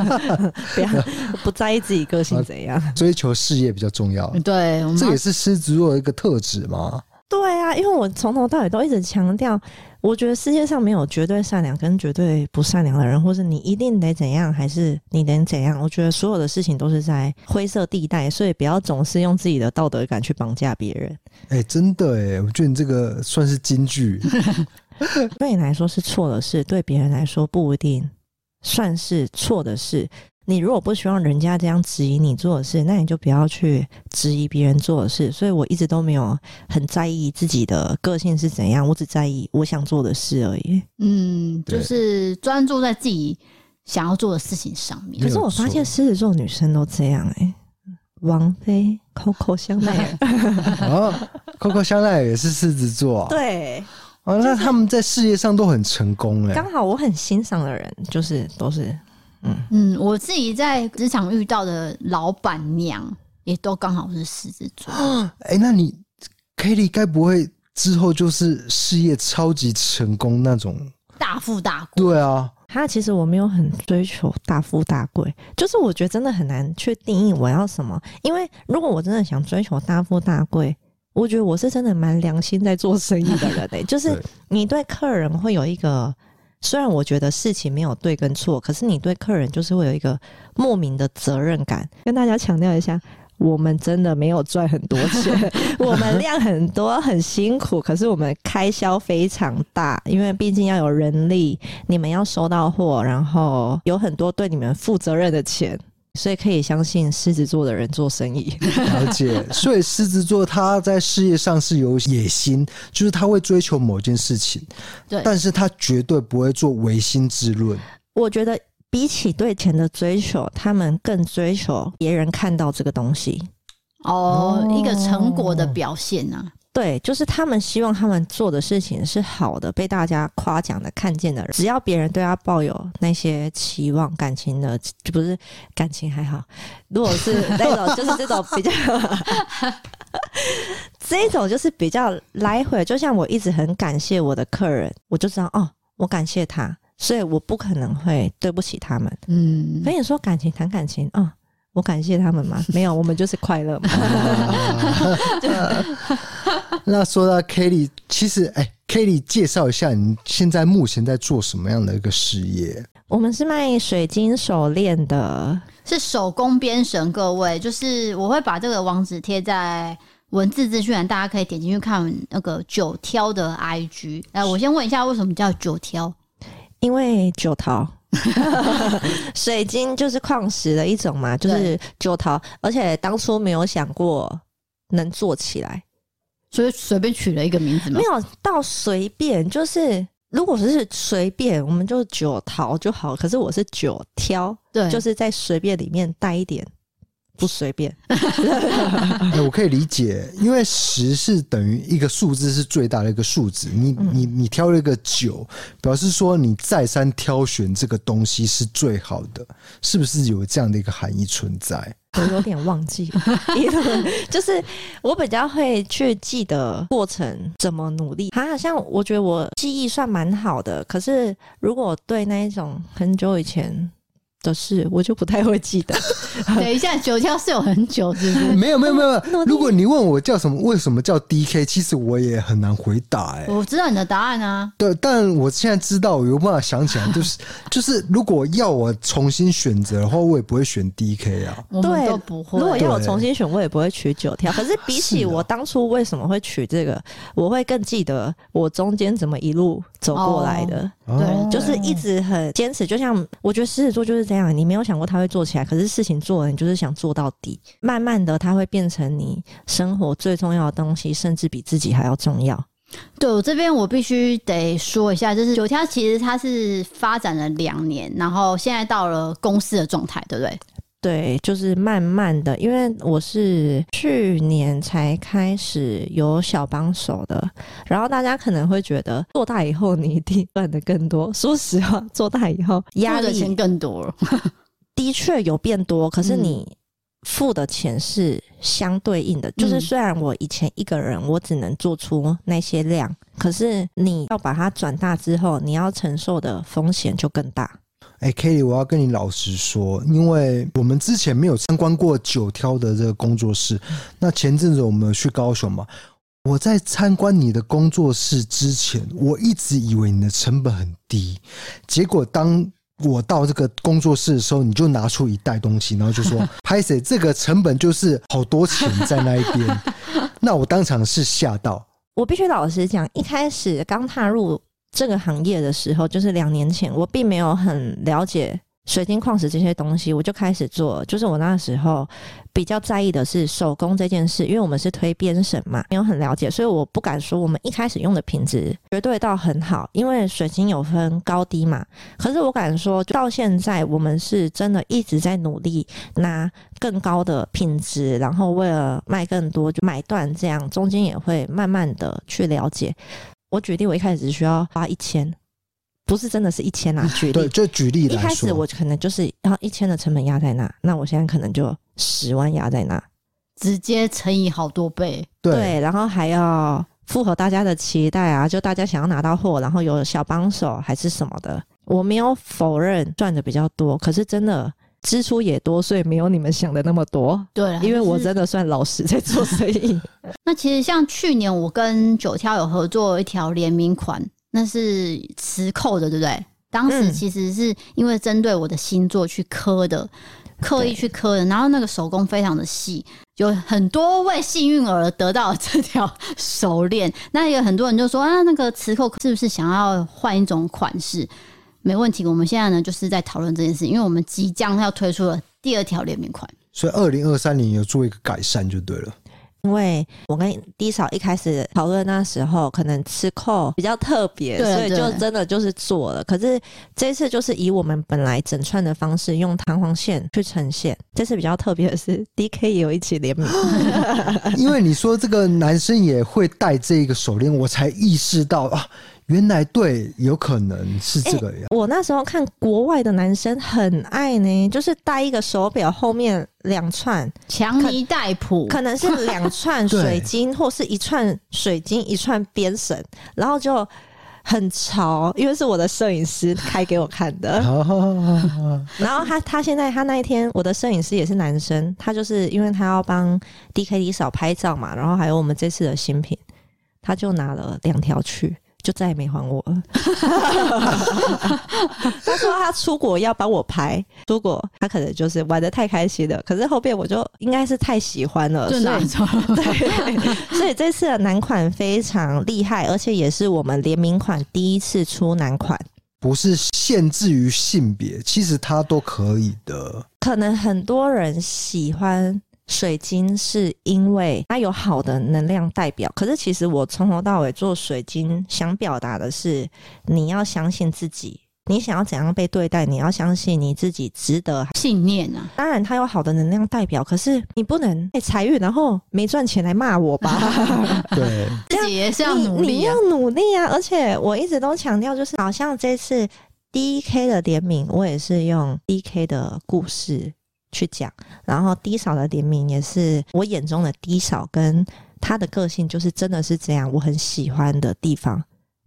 Speaker 3: 不要不在意自己个性怎样。
Speaker 2: 追求事业比较重要，
Speaker 1: 对，我们
Speaker 2: 哦这
Speaker 1: 要
Speaker 2: 也是狮子座的一个特质嘛。
Speaker 3: 对啊，因为我从头到尾都一直强调，我觉得世界上没有绝对善良跟绝对不善良的人，或是你一定得怎样，还是你能怎样。我觉得所有的事情都是在灰色地带，所以不要总是用自己的道德感去绑架别人。
Speaker 2: 哎、真的哎、我觉得你这个算是金句，
Speaker 3: 对你来说是错的事，对别人来说不一定算是错的事。你如果不希望人家这样质疑你做的事，那你就不要去质疑别人做的事。所以我一直都没有很在意自己的个性是怎样，我只在意我想做的事而已。
Speaker 1: 嗯，
Speaker 2: 对
Speaker 1: 就是专注在自己想要做的事情上面
Speaker 2: 没
Speaker 3: 可
Speaker 2: 有。
Speaker 3: 是我发现狮子座女生都这样哎、王菲、Coco 香奈儿，
Speaker 2: 啊，Coco 香奈儿也是狮子座啊，
Speaker 3: 对，
Speaker 2: 啊，那他们在事业上都很成功哎、
Speaker 3: 刚好我很欣赏的人就是都是
Speaker 1: 嗯，我自己在职场遇到的老板娘也都刚好是狮子座。
Speaker 2: 哎、那你 Kelly 该不会之后就是事业超级成功那种？
Speaker 1: 大富大贵。
Speaker 2: 对啊，
Speaker 3: 他其实我没有很追求大富大贵，就是我觉得真的很难去定义我要什么。因为如果我真的想追求大富大贵，我觉得我是真的蛮良心在做生意的人诶、就是
Speaker 2: 对
Speaker 3: 你对客人会有一个，虽然我觉得事情没有对跟错，可是你对客人就是会有一个莫名的责任感。跟大家强调一下。我们真的没有赚很多钱，我们量很多，很辛苦，可是我们开销非常大，因为毕竟要有人力，你们要收到货，然后有很多对你们负责任的钱，所以可以相信狮子座的人做生意。
Speaker 2: 了 解。所以狮子座他在事业上是有野心，就是他会追求某件事情，
Speaker 1: 对
Speaker 2: 但是他绝对不会做唯心之论。
Speaker 3: 我觉得比起对钱的追求，他们更追求别人看到这个东西。
Speaker 1: 哦，
Speaker 2: 哦
Speaker 1: 一个成果的表现啊呐、
Speaker 3: 对，就是他们希望他们做的事情是好的，被大家夸奖的、看见的人。只要别人对他抱有那些期望、感情的，就不是感情还好。如果是那种，就是这种比较，这种就是比较来回。就像我一直很感谢我的客人，我就知道哦，我感谢他，所以我不可能会对不起他们。
Speaker 1: 嗯
Speaker 3: 跟，你说感情谈感情啊、哦我感谢他们吗？没有，我们就是快乐嘛。
Speaker 2: 那说到 Kelly，其实哎、k e l l y 介绍一下你现在目前在做什么样的一个事业？
Speaker 3: 我们是卖水晶手链的，
Speaker 1: 是手工编绳，各位，就是我会把这个网址贴在文字资讯栏，大家可以点进去看那个九哎挑的 IG。呃，我先问一下，为什么叫九挑？
Speaker 3: 因为九桃 水晶就是矿石的一种嘛，就是旧陶，而且当初没有想过能做起来，
Speaker 1: 所以随便取了一个名字嘛
Speaker 3: 没。有到随便，就是如果是随便，我们就九桃就好。可是我是九挑，
Speaker 1: 对，
Speaker 3: 就是是在随便里面带一点不随便。
Speaker 2: 哎、我可以理解，因为十是等于一个数字是最大的一个数字，你你你挑了一个九，表示说你再三挑选这个东西是最好的，是不是有这样的一个含义存在？
Speaker 3: 我有点忘记，一路 就是我比较会去记得过程怎么努力。好像我觉得我记忆算蛮好的，可是如果对那一种很久以前的事，我就不太会记得。
Speaker 1: 等一下九跳是有很久，是不是？
Speaker 2: 没有没有没有，没有如果你问我叫什么，为什么叫 DK，其实我也很难回答、哎，
Speaker 1: 我知道你的答案啊，
Speaker 2: 对，但我现在知道，我有办法想起来，就是 就是，如果要我重新选择的话，我也不会选 DK 啊。
Speaker 1: 我们
Speaker 3: 对
Speaker 1: 都不会。
Speaker 3: 如果要我
Speaker 2: 对
Speaker 3: 重新选，我也不会取九条。可是比起
Speaker 2: 是啊
Speaker 3: 我当初为什么会取这个，我会更记得我中间怎么一路走过来的。
Speaker 1: 哦对
Speaker 3: 就是一直很坚持，就像我觉得狮子座就是这样，你没有想过他会做起来，可是事情做了，你就是想做到底。慢慢的，它会变成你生活最重要的东西，甚至比自己还要重要。
Speaker 1: 对我这边我必须得说一下，就是九跳其实它是发展了两年，然后现在到了公司的状态，对不对？
Speaker 3: 对，就是慢慢的，因为我是去年才开始有小帮手的，然后大家可能会觉得做大以后你一定赚的更多。说实话，做大以后压
Speaker 1: 付的钱
Speaker 3: 力
Speaker 1: 更多了，
Speaker 3: 的确有变多，可是
Speaker 1: 嗯
Speaker 3: 你付的钱是相对应的。就是
Speaker 1: 嗯
Speaker 3: 虽然我以前一个人我只能做出那些量，可是你要把它转大之后，你要承受的风险就更大。
Speaker 2: 哎、k e l l y 我要跟你老实说，因为我们之前没有参观过九挑的这个工作室。那前阵子我们有去高雄嘛，我在参观你的工作室之前，我一直以为你的成本很低，结果当我到这个工作室的时候，你就拿出一袋东西，然后就 说：“拍谁？这个成本就是好多钱在那一 边。”那我当场是吓到。
Speaker 3: 我必须老实讲，一开始刚踏入这个行业的时候，就是两年前，我并没有很了解水晶矿石这些东西，我就开始做。就是我那时候比较在意的是手工这件事，因为我们是推编绳嘛，没有很了解，所以我不敢说我们一开始用的品质绝对到很好，因为水晶有分高低嘛。可是我敢说，到现在我们是真的一直在努力拿更高的品质，然后为了卖更多就买断，这样中间也会慢慢的去了解。我举例，我一开始只需要花一千，不是真的是一千啊，举
Speaker 2: 对，
Speaker 3: 例。
Speaker 2: 就举例
Speaker 3: 一
Speaker 2: 来
Speaker 3: 开
Speaker 2: 说，
Speaker 3: 始我可能就是要一千的成本压在那，那我现在可能就十万压在那，
Speaker 1: 直接乘以好多倍。
Speaker 2: 对
Speaker 3: 然后还要符合大家的期待啊，就大家想要拿到货，然后有小帮手还是什么的。我没有否认赚的比较多，可是真的支出也多，所以没有你们想的那么多。
Speaker 1: 对啦，
Speaker 3: 因为我
Speaker 1: 就是
Speaker 3: 真的算老实在做生意，
Speaker 1: 那其实像去年我跟九挑有合作一条联名款，那是磁扣的，对不对？当时
Speaker 3: 嗯
Speaker 1: 其实是因为针对我的星座去刻的，刻意
Speaker 3: 对
Speaker 1: 去刻的，然后那个手工非常的细，有很多位幸运儿得到了这条手链。那也有很多人就说啊，那个磁扣是不是想要换一种款式？没问题，我们现在呢就是在讨论这件事，因为我们即将要推出了第二条联名款。
Speaker 2: 所以二零二三年有做一个改善就对了。
Speaker 3: 因为我跟低嫂一开始讨论那时候，可能吃扣比较特别，
Speaker 1: 对啊
Speaker 3: 所以就
Speaker 1: 对
Speaker 3: 真的就是做了。可是这次就是以我们本来整串的方式，用弹簧线去呈现。这次比较特别的是，D K 也有一起联名，
Speaker 2: 因为你说这个男生也会戴这个手链，我才意识到啊，原来对，有可能是这个样。
Speaker 3: 我那时候看国外的男生很爱呢，就是戴一个手表后面两串，
Speaker 1: 强尼戴普，
Speaker 3: 可能是 两串
Speaker 2: 对
Speaker 3: 水晶或是一串水晶一串编绳，然后就很潮，因为是我的摄影师开给我看的。
Speaker 2: 啊，
Speaker 3: 然后他他现在他那一天，我的摄影师也是男生，他就是因为他要帮 D K D 嫂拍照嘛，然后还有我们这次的新品，他就拿了两条去。就再也没还我了。他说他出国要帮我拍，出国他可能就是玩的太开心了，可是后边我就应该是太喜欢了，
Speaker 1: 就
Speaker 3: 所
Speaker 1: 拿
Speaker 3: 以
Speaker 1: 走。
Speaker 3: 对，所以这次的男款非常厉害，而且也是我们联名款第一次出男款。
Speaker 2: 不是限制于性别，其实它都可以的。
Speaker 3: 可能很多人喜欢水晶，是因为它有好的能量代表。可是其实我从头到尾做水晶，想表达的是，你要相信自己，你想要怎样被对待，你要相信你自己值得。
Speaker 1: 信念啊，
Speaker 3: 当然，它有好的能量代表，可是你不能被财运，然后没赚钱来骂我吧？
Speaker 2: 对，
Speaker 1: 自己也是要努
Speaker 3: 你，你
Speaker 1: 力
Speaker 3: 要
Speaker 1: 啊。
Speaker 3: 努力啊！而且我一直都强调，就是好像这次 D K 的联名，我也是用 D K 的故事去讲，然后 D 嫂的联名也是我眼中的 D 嫂跟她的个性，就是真的是这样，我很喜欢的地方。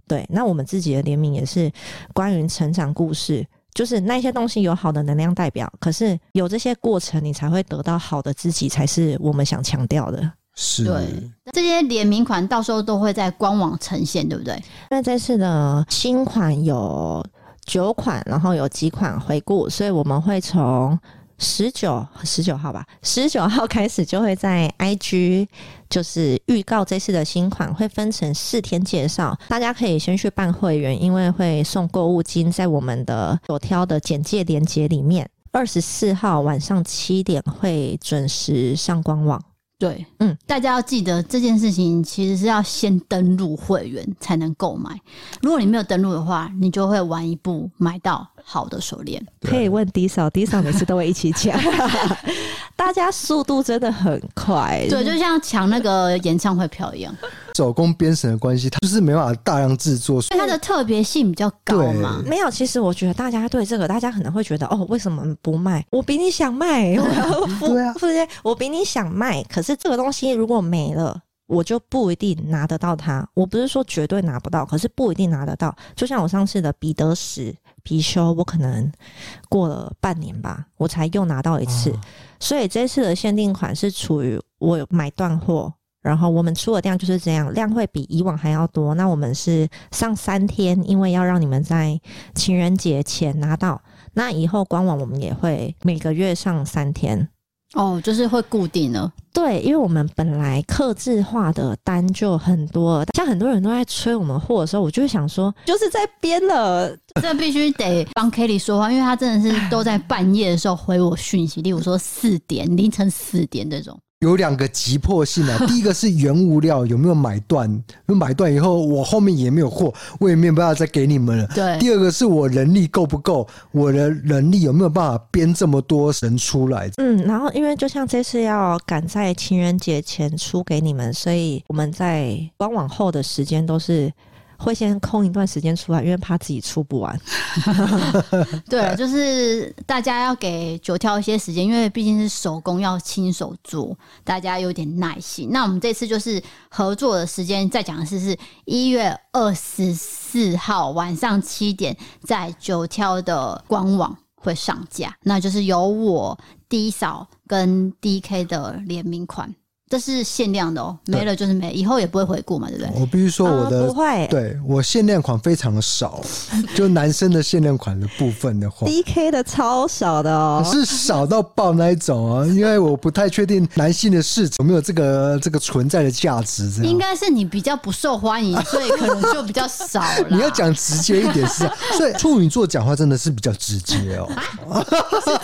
Speaker 3: 对，那我们自己的联名也是关于成长故事。就是那些东西有好的能量代表，可是有这些过程，你才会得到好的自己，才是我们想强调的。
Speaker 2: 是，
Speaker 1: 对这些联名款到时候都会在官网呈现，对不对？
Speaker 3: 因为这次的新款有九款，然后有几款回顾，所以我们会从十九十九号吧，十九号开始就会在 IG 就是预告这次的新款，会分成四天介绍，大家可以先去办会员，因为会送购物金在我们的所挑的简介链接里面。二十四号晚上七点会准时上官网。
Speaker 1: 对，
Speaker 3: 嗯，
Speaker 1: 大家要记得这件事情，其实是要先登录会员才能购买。如果你没有登录的话，你就会晚一步买到好的手链。
Speaker 3: 可以问迪嫂，迪嫂每次都会一起讲，大家速度真的很快。
Speaker 1: 对，就像抢那个演唱会票一样，
Speaker 2: 手工编绳的关系，它就是没办法大量制作，
Speaker 1: 因为它的特别性比较高嘛。
Speaker 3: 没有，其实我觉得大家对这个，大家可能会觉得哦，为什么不卖？我比你想卖，哦我要付
Speaker 2: 对啊
Speaker 3: 付这些我比你想卖。可是这个东西如果没了。我就不一定拿得到它，我不是说绝对拿不到，可是不一定拿得到。就像我上次的彼得石貔貅，我可能过了半年吧，我才又拿到一次。所以这次的限定款是处于我有买断货，然后我们出的量就是这样，量会比以往还要多。那我们是上三天，因为要让你们在情人节前拿到。那以后官网我们也会每个月上三天。
Speaker 1: 哦，就是会固定了。
Speaker 3: 对，因为我们本来刻制化的单就很多了，像很多人都在催我们货的时候，我就会想说，就是在编了，
Speaker 1: 这必须得帮 Kelly 说话，因为他真的是都在半夜的时候回我讯息，例如说四点、凌晨四点这种。
Speaker 2: 有两个急迫性啊，第一个是原物料有没有买断，如果买断以后我后面也没有货，我也没有办法再给你们了。
Speaker 1: 对，
Speaker 2: 第二个是我人力够不够，我的人力有没有办法编这么多人出来？
Speaker 3: 嗯，然后因为就像这次要赶在情人节前出给你们，所以我们在官网后的时间都是会先空一段时间出来，因为怕自己出不完。
Speaker 1: 对，就是大家要给九跳一些时间，因为毕竟是手工要亲手做，大家有点耐心。那我们这次就是合作的时间，再讲的是是一月二十四号晚上七点，在九跳的官网会上架，那就是由我 D 嫂跟 DK 的联名款，这是限量的哦，没了就是没了，以后也不会回顾嘛，对不对？啊
Speaker 2: 我必须说我
Speaker 3: 呃
Speaker 2: 的、
Speaker 3: 不会
Speaker 2: 对我限量款非常的少，就男生的限量款的部分的 话。
Speaker 3: ，D K 的超少的哦。
Speaker 2: 是少到爆那一种啊，因为我不太确定男性的市场有没有这个这个存在的价值。这样。
Speaker 1: 应该是你比较不受欢迎，所以可能就比较少了
Speaker 2: 你要讲直接一点是这样，所以处女座讲话真的是比较直接 哦。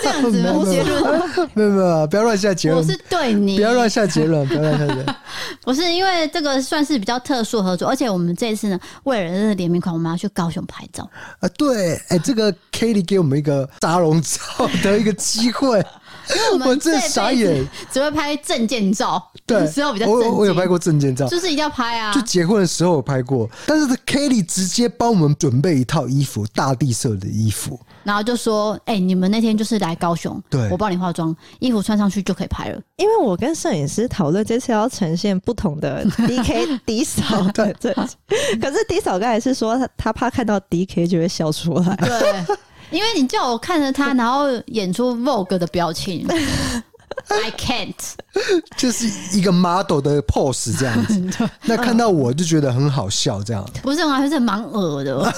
Speaker 1: 这样 子吗，结论
Speaker 2: 没有没有，啊不要乱下结
Speaker 1: 我
Speaker 2: 论，
Speaker 1: 是对你，
Speaker 2: 不要乱下结论，不要乱下结论。
Speaker 1: 不是因为这个算是比较特殊的合作，而且我们这一次呢，为了这个联名款，我们要去高雄拍照。
Speaker 2: 啊，对，哎、这个 k a t i e 给我们一个沙龙照的一个机会，
Speaker 1: 我
Speaker 2: 我
Speaker 1: 们这
Speaker 2: 真
Speaker 1: 辈
Speaker 2: 的
Speaker 1: 子
Speaker 2: 傻眼。
Speaker 1: 只会拍证件照，
Speaker 2: 对，
Speaker 1: 只有比较正
Speaker 2: 我
Speaker 1: 经
Speaker 2: 我有拍，过证件照，
Speaker 1: 就是一定要拍啊
Speaker 2: 就。结婚的时候我拍过，但是 k a t i e 直接帮我们准备一套衣服，大地色的衣服，
Speaker 1: 然后就说，哎、你们那天就是来高雄，
Speaker 2: 对
Speaker 1: 我帮你化妆，衣服穿上去就可以拍了。
Speaker 3: 因为我跟摄影师讨论这次要呈现不同 的 D K D 嫂的这，可是 D 嫂刚才是说他他怕看到 D K 就会笑出来。
Speaker 1: 对， 因为你叫我看着他，然后演出 Vogue 的表情，I can't。
Speaker 2: 就是一个 model 的 pose 这 样子。
Speaker 3: 嗯
Speaker 2: 那看到我就觉得很好笑，这样。
Speaker 1: 不是，我还是蛮恶的。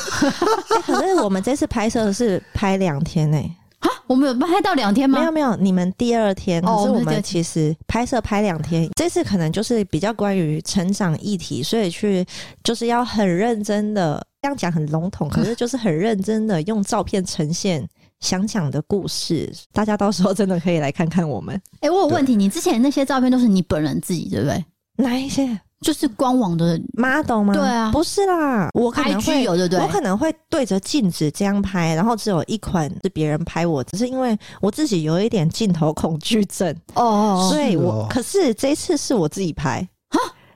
Speaker 3: 可是我们这次拍摄是拍两天呢、
Speaker 1: 啊，我们有拍到两天吗？
Speaker 3: 没有没有，你们第二天，
Speaker 1: 哦
Speaker 3: 可是
Speaker 1: 我们
Speaker 3: 我
Speaker 1: 是第二
Speaker 3: 们
Speaker 1: 天
Speaker 3: 其实拍摄拍两天，这次可能就是比较关于成长议题，所以去就是要很认真的这样讲很笼统，可是就是很认真的用照片呈现想讲的故事，大家到时候真的可以来看看我们
Speaker 1: 哎、我有问题，你之前那些照片都是你本人自己对不对？
Speaker 3: 哪一些
Speaker 1: 就是官网的
Speaker 3: model 吗？
Speaker 1: 对啊
Speaker 3: 不是啦，我可能
Speaker 1: IG
Speaker 3: 会
Speaker 1: 有对不对
Speaker 3: 我？可能会对着镜子这样拍，然后只有一款是别人拍我，只是因为我自己有一点镜头恐惧症，
Speaker 1: 哦哦哦，
Speaker 3: 所以
Speaker 2: 是
Speaker 3: 我、
Speaker 2: 哦
Speaker 3: 可是这一次是我自己拍，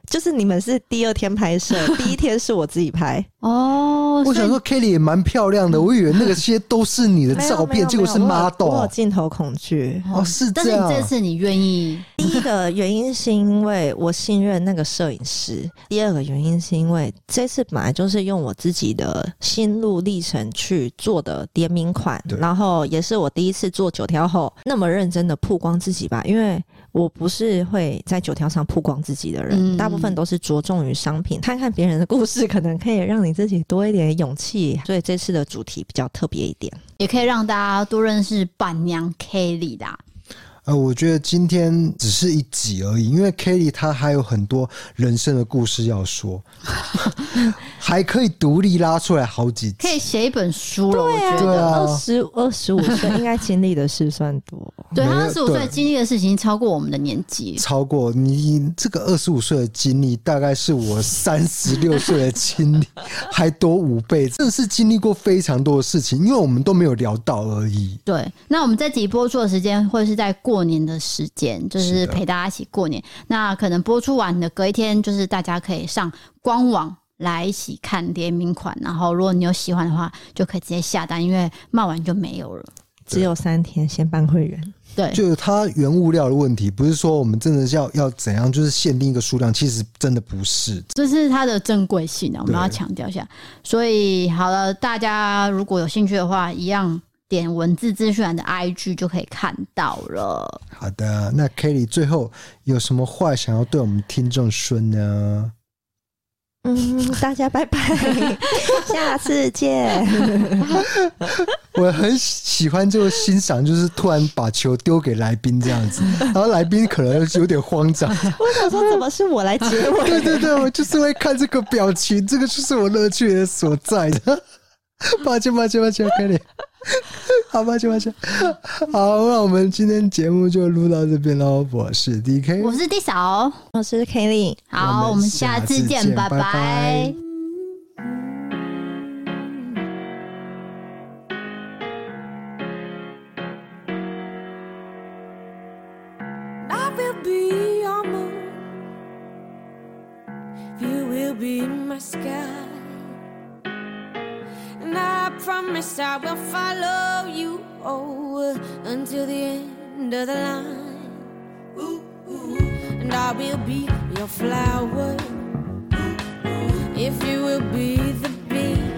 Speaker 3: 就是你们是第二天拍 摄，第一天是我自己拍，
Speaker 1: 哦，
Speaker 2: 我
Speaker 1: 所
Speaker 2: 想
Speaker 1: 以
Speaker 2: 说 Kelly 也蛮漂亮的，我以为那个些都是你的
Speaker 3: 没有
Speaker 2: 照
Speaker 3: 没
Speaker 2: 片，
Speaker 3: 有
Speaker 2: 结果是
Speaker 3: 没有我有我有
Speaker 2: model。啊
Speaker 3: 镜头恐惧。
Speaker 2: 哦，是
Speaker 1: 但
Speaker 2: 这
Speaker 1: 是你
Speaker 2: 样。
Speaker 1: 这次你愿意
Speaker 3: 第一个原因是因为我信任那个摄影师，第二个原因是因为这次本来就是用我自己的心路历程去做的联名款
Speaker 2: 对，
Speaker 3: 然后也是我第一次做九条后那么认真的曝光自己吧，因为。我不是会在九条上曝光自己的人，
Speaker 1: 嗯
Speaker 3: 大部分都是着重于商品。看看别人的故事，可能可以让你自己多一点勇气。所以这次的主题比较特别一点。
Speaker 1: 也可以让大家多认识伴娘 Kelly 啦。
Speaker 2: 呃，我觉得今天只是一集而已，因为 Kelly 她还有很多人生的故事 要说，还可以独立拉出来好几
Speaker 1: 可以
Speaker 2: 集。
Speaker 1: 写一本书了，我觉
Speaker 2: 对
Speaker 1: 得。
Speaker 2: 啊
Speaker 3: 二十二十五岁应该经历的事算多。
Speaker 1: 对
Speaker 2: 没
Speaker 1: 他
Speaker 2: 有
Speaker 1: 二十五岁
Speaker 2: 对
Speaker 1: 经历的事情超过我们的年纪，
Speaker 2: 超过你这个二十五岁的经历，大概是我三十六岁的经历还多五倍，真的是经历过非常多的事情，因为我们都没有聊到而已。
Speaker 1: 对，那我们这集播出的时间会是在过年的时间，就是
Speaker 2: 是的
Speaker 1: 陪大家一起过年。那可能播出完的隔一天，就是大家可以上官网来一起看联名款，然后如果你有喜欢的话，就可以直接下单，因为卖完就没有了。
Speaker 3: 只有三天，先办会员。
Speaker 1: 对，
Speaker 2: 就是它原物料的问题，不是说我们真的要要怎样，就是限定一个数量，其实真的不是。
Speaker 1: 这是它的珍贵性啊，我们
Speaker 2: 对
Speaker 1: 要强调一下。所以好了，大家如果有兴趣的话，一样点文字资讯栏的 IG 就可以看到了。
Speaker 2: 好的，那 Kelly 最后有什么话想要对我们听众说呢？
Speaker 3: 嗯，大家拜 拜，下次见。
Speaker 2: 我很喜欢这个欣赏，就是突然把球丢给来宾这样子，然后来宾可能有点慌张。
Speaker 3: 我想说，怎么是我来结尾？
Speaker 2: 对对对，我就是会看这个表情，这个就是我乐趣的所在 的。抱歉抱歉抱歉，Kelly，好抱歉抱歉。好，那我们今天节目就录到这边喽。我是 DK，
Speaker 1: 我是 D 嫂，
Speaker 3: 我是 Kelly。
Speaker 1: 好，
Speaker 2: 嗯我
Speaker 1: 我
Speaker 2: 们
Speaker 1: 们
Speaker 2: 下
Speaker 1: 下
Speaker 2: 次
Speaker 1: 次
Speaker 2: 见
Speaker 1: 见，
Speaker 2: 拜
Speaker 1: 拜
Speaker 2: 拜
Speaker 1: 拜
Speaker 4: I will be your moon. You will be my sky. And I promise I will follow you over until the end of the line. And I will be your flower. If you will be the bee.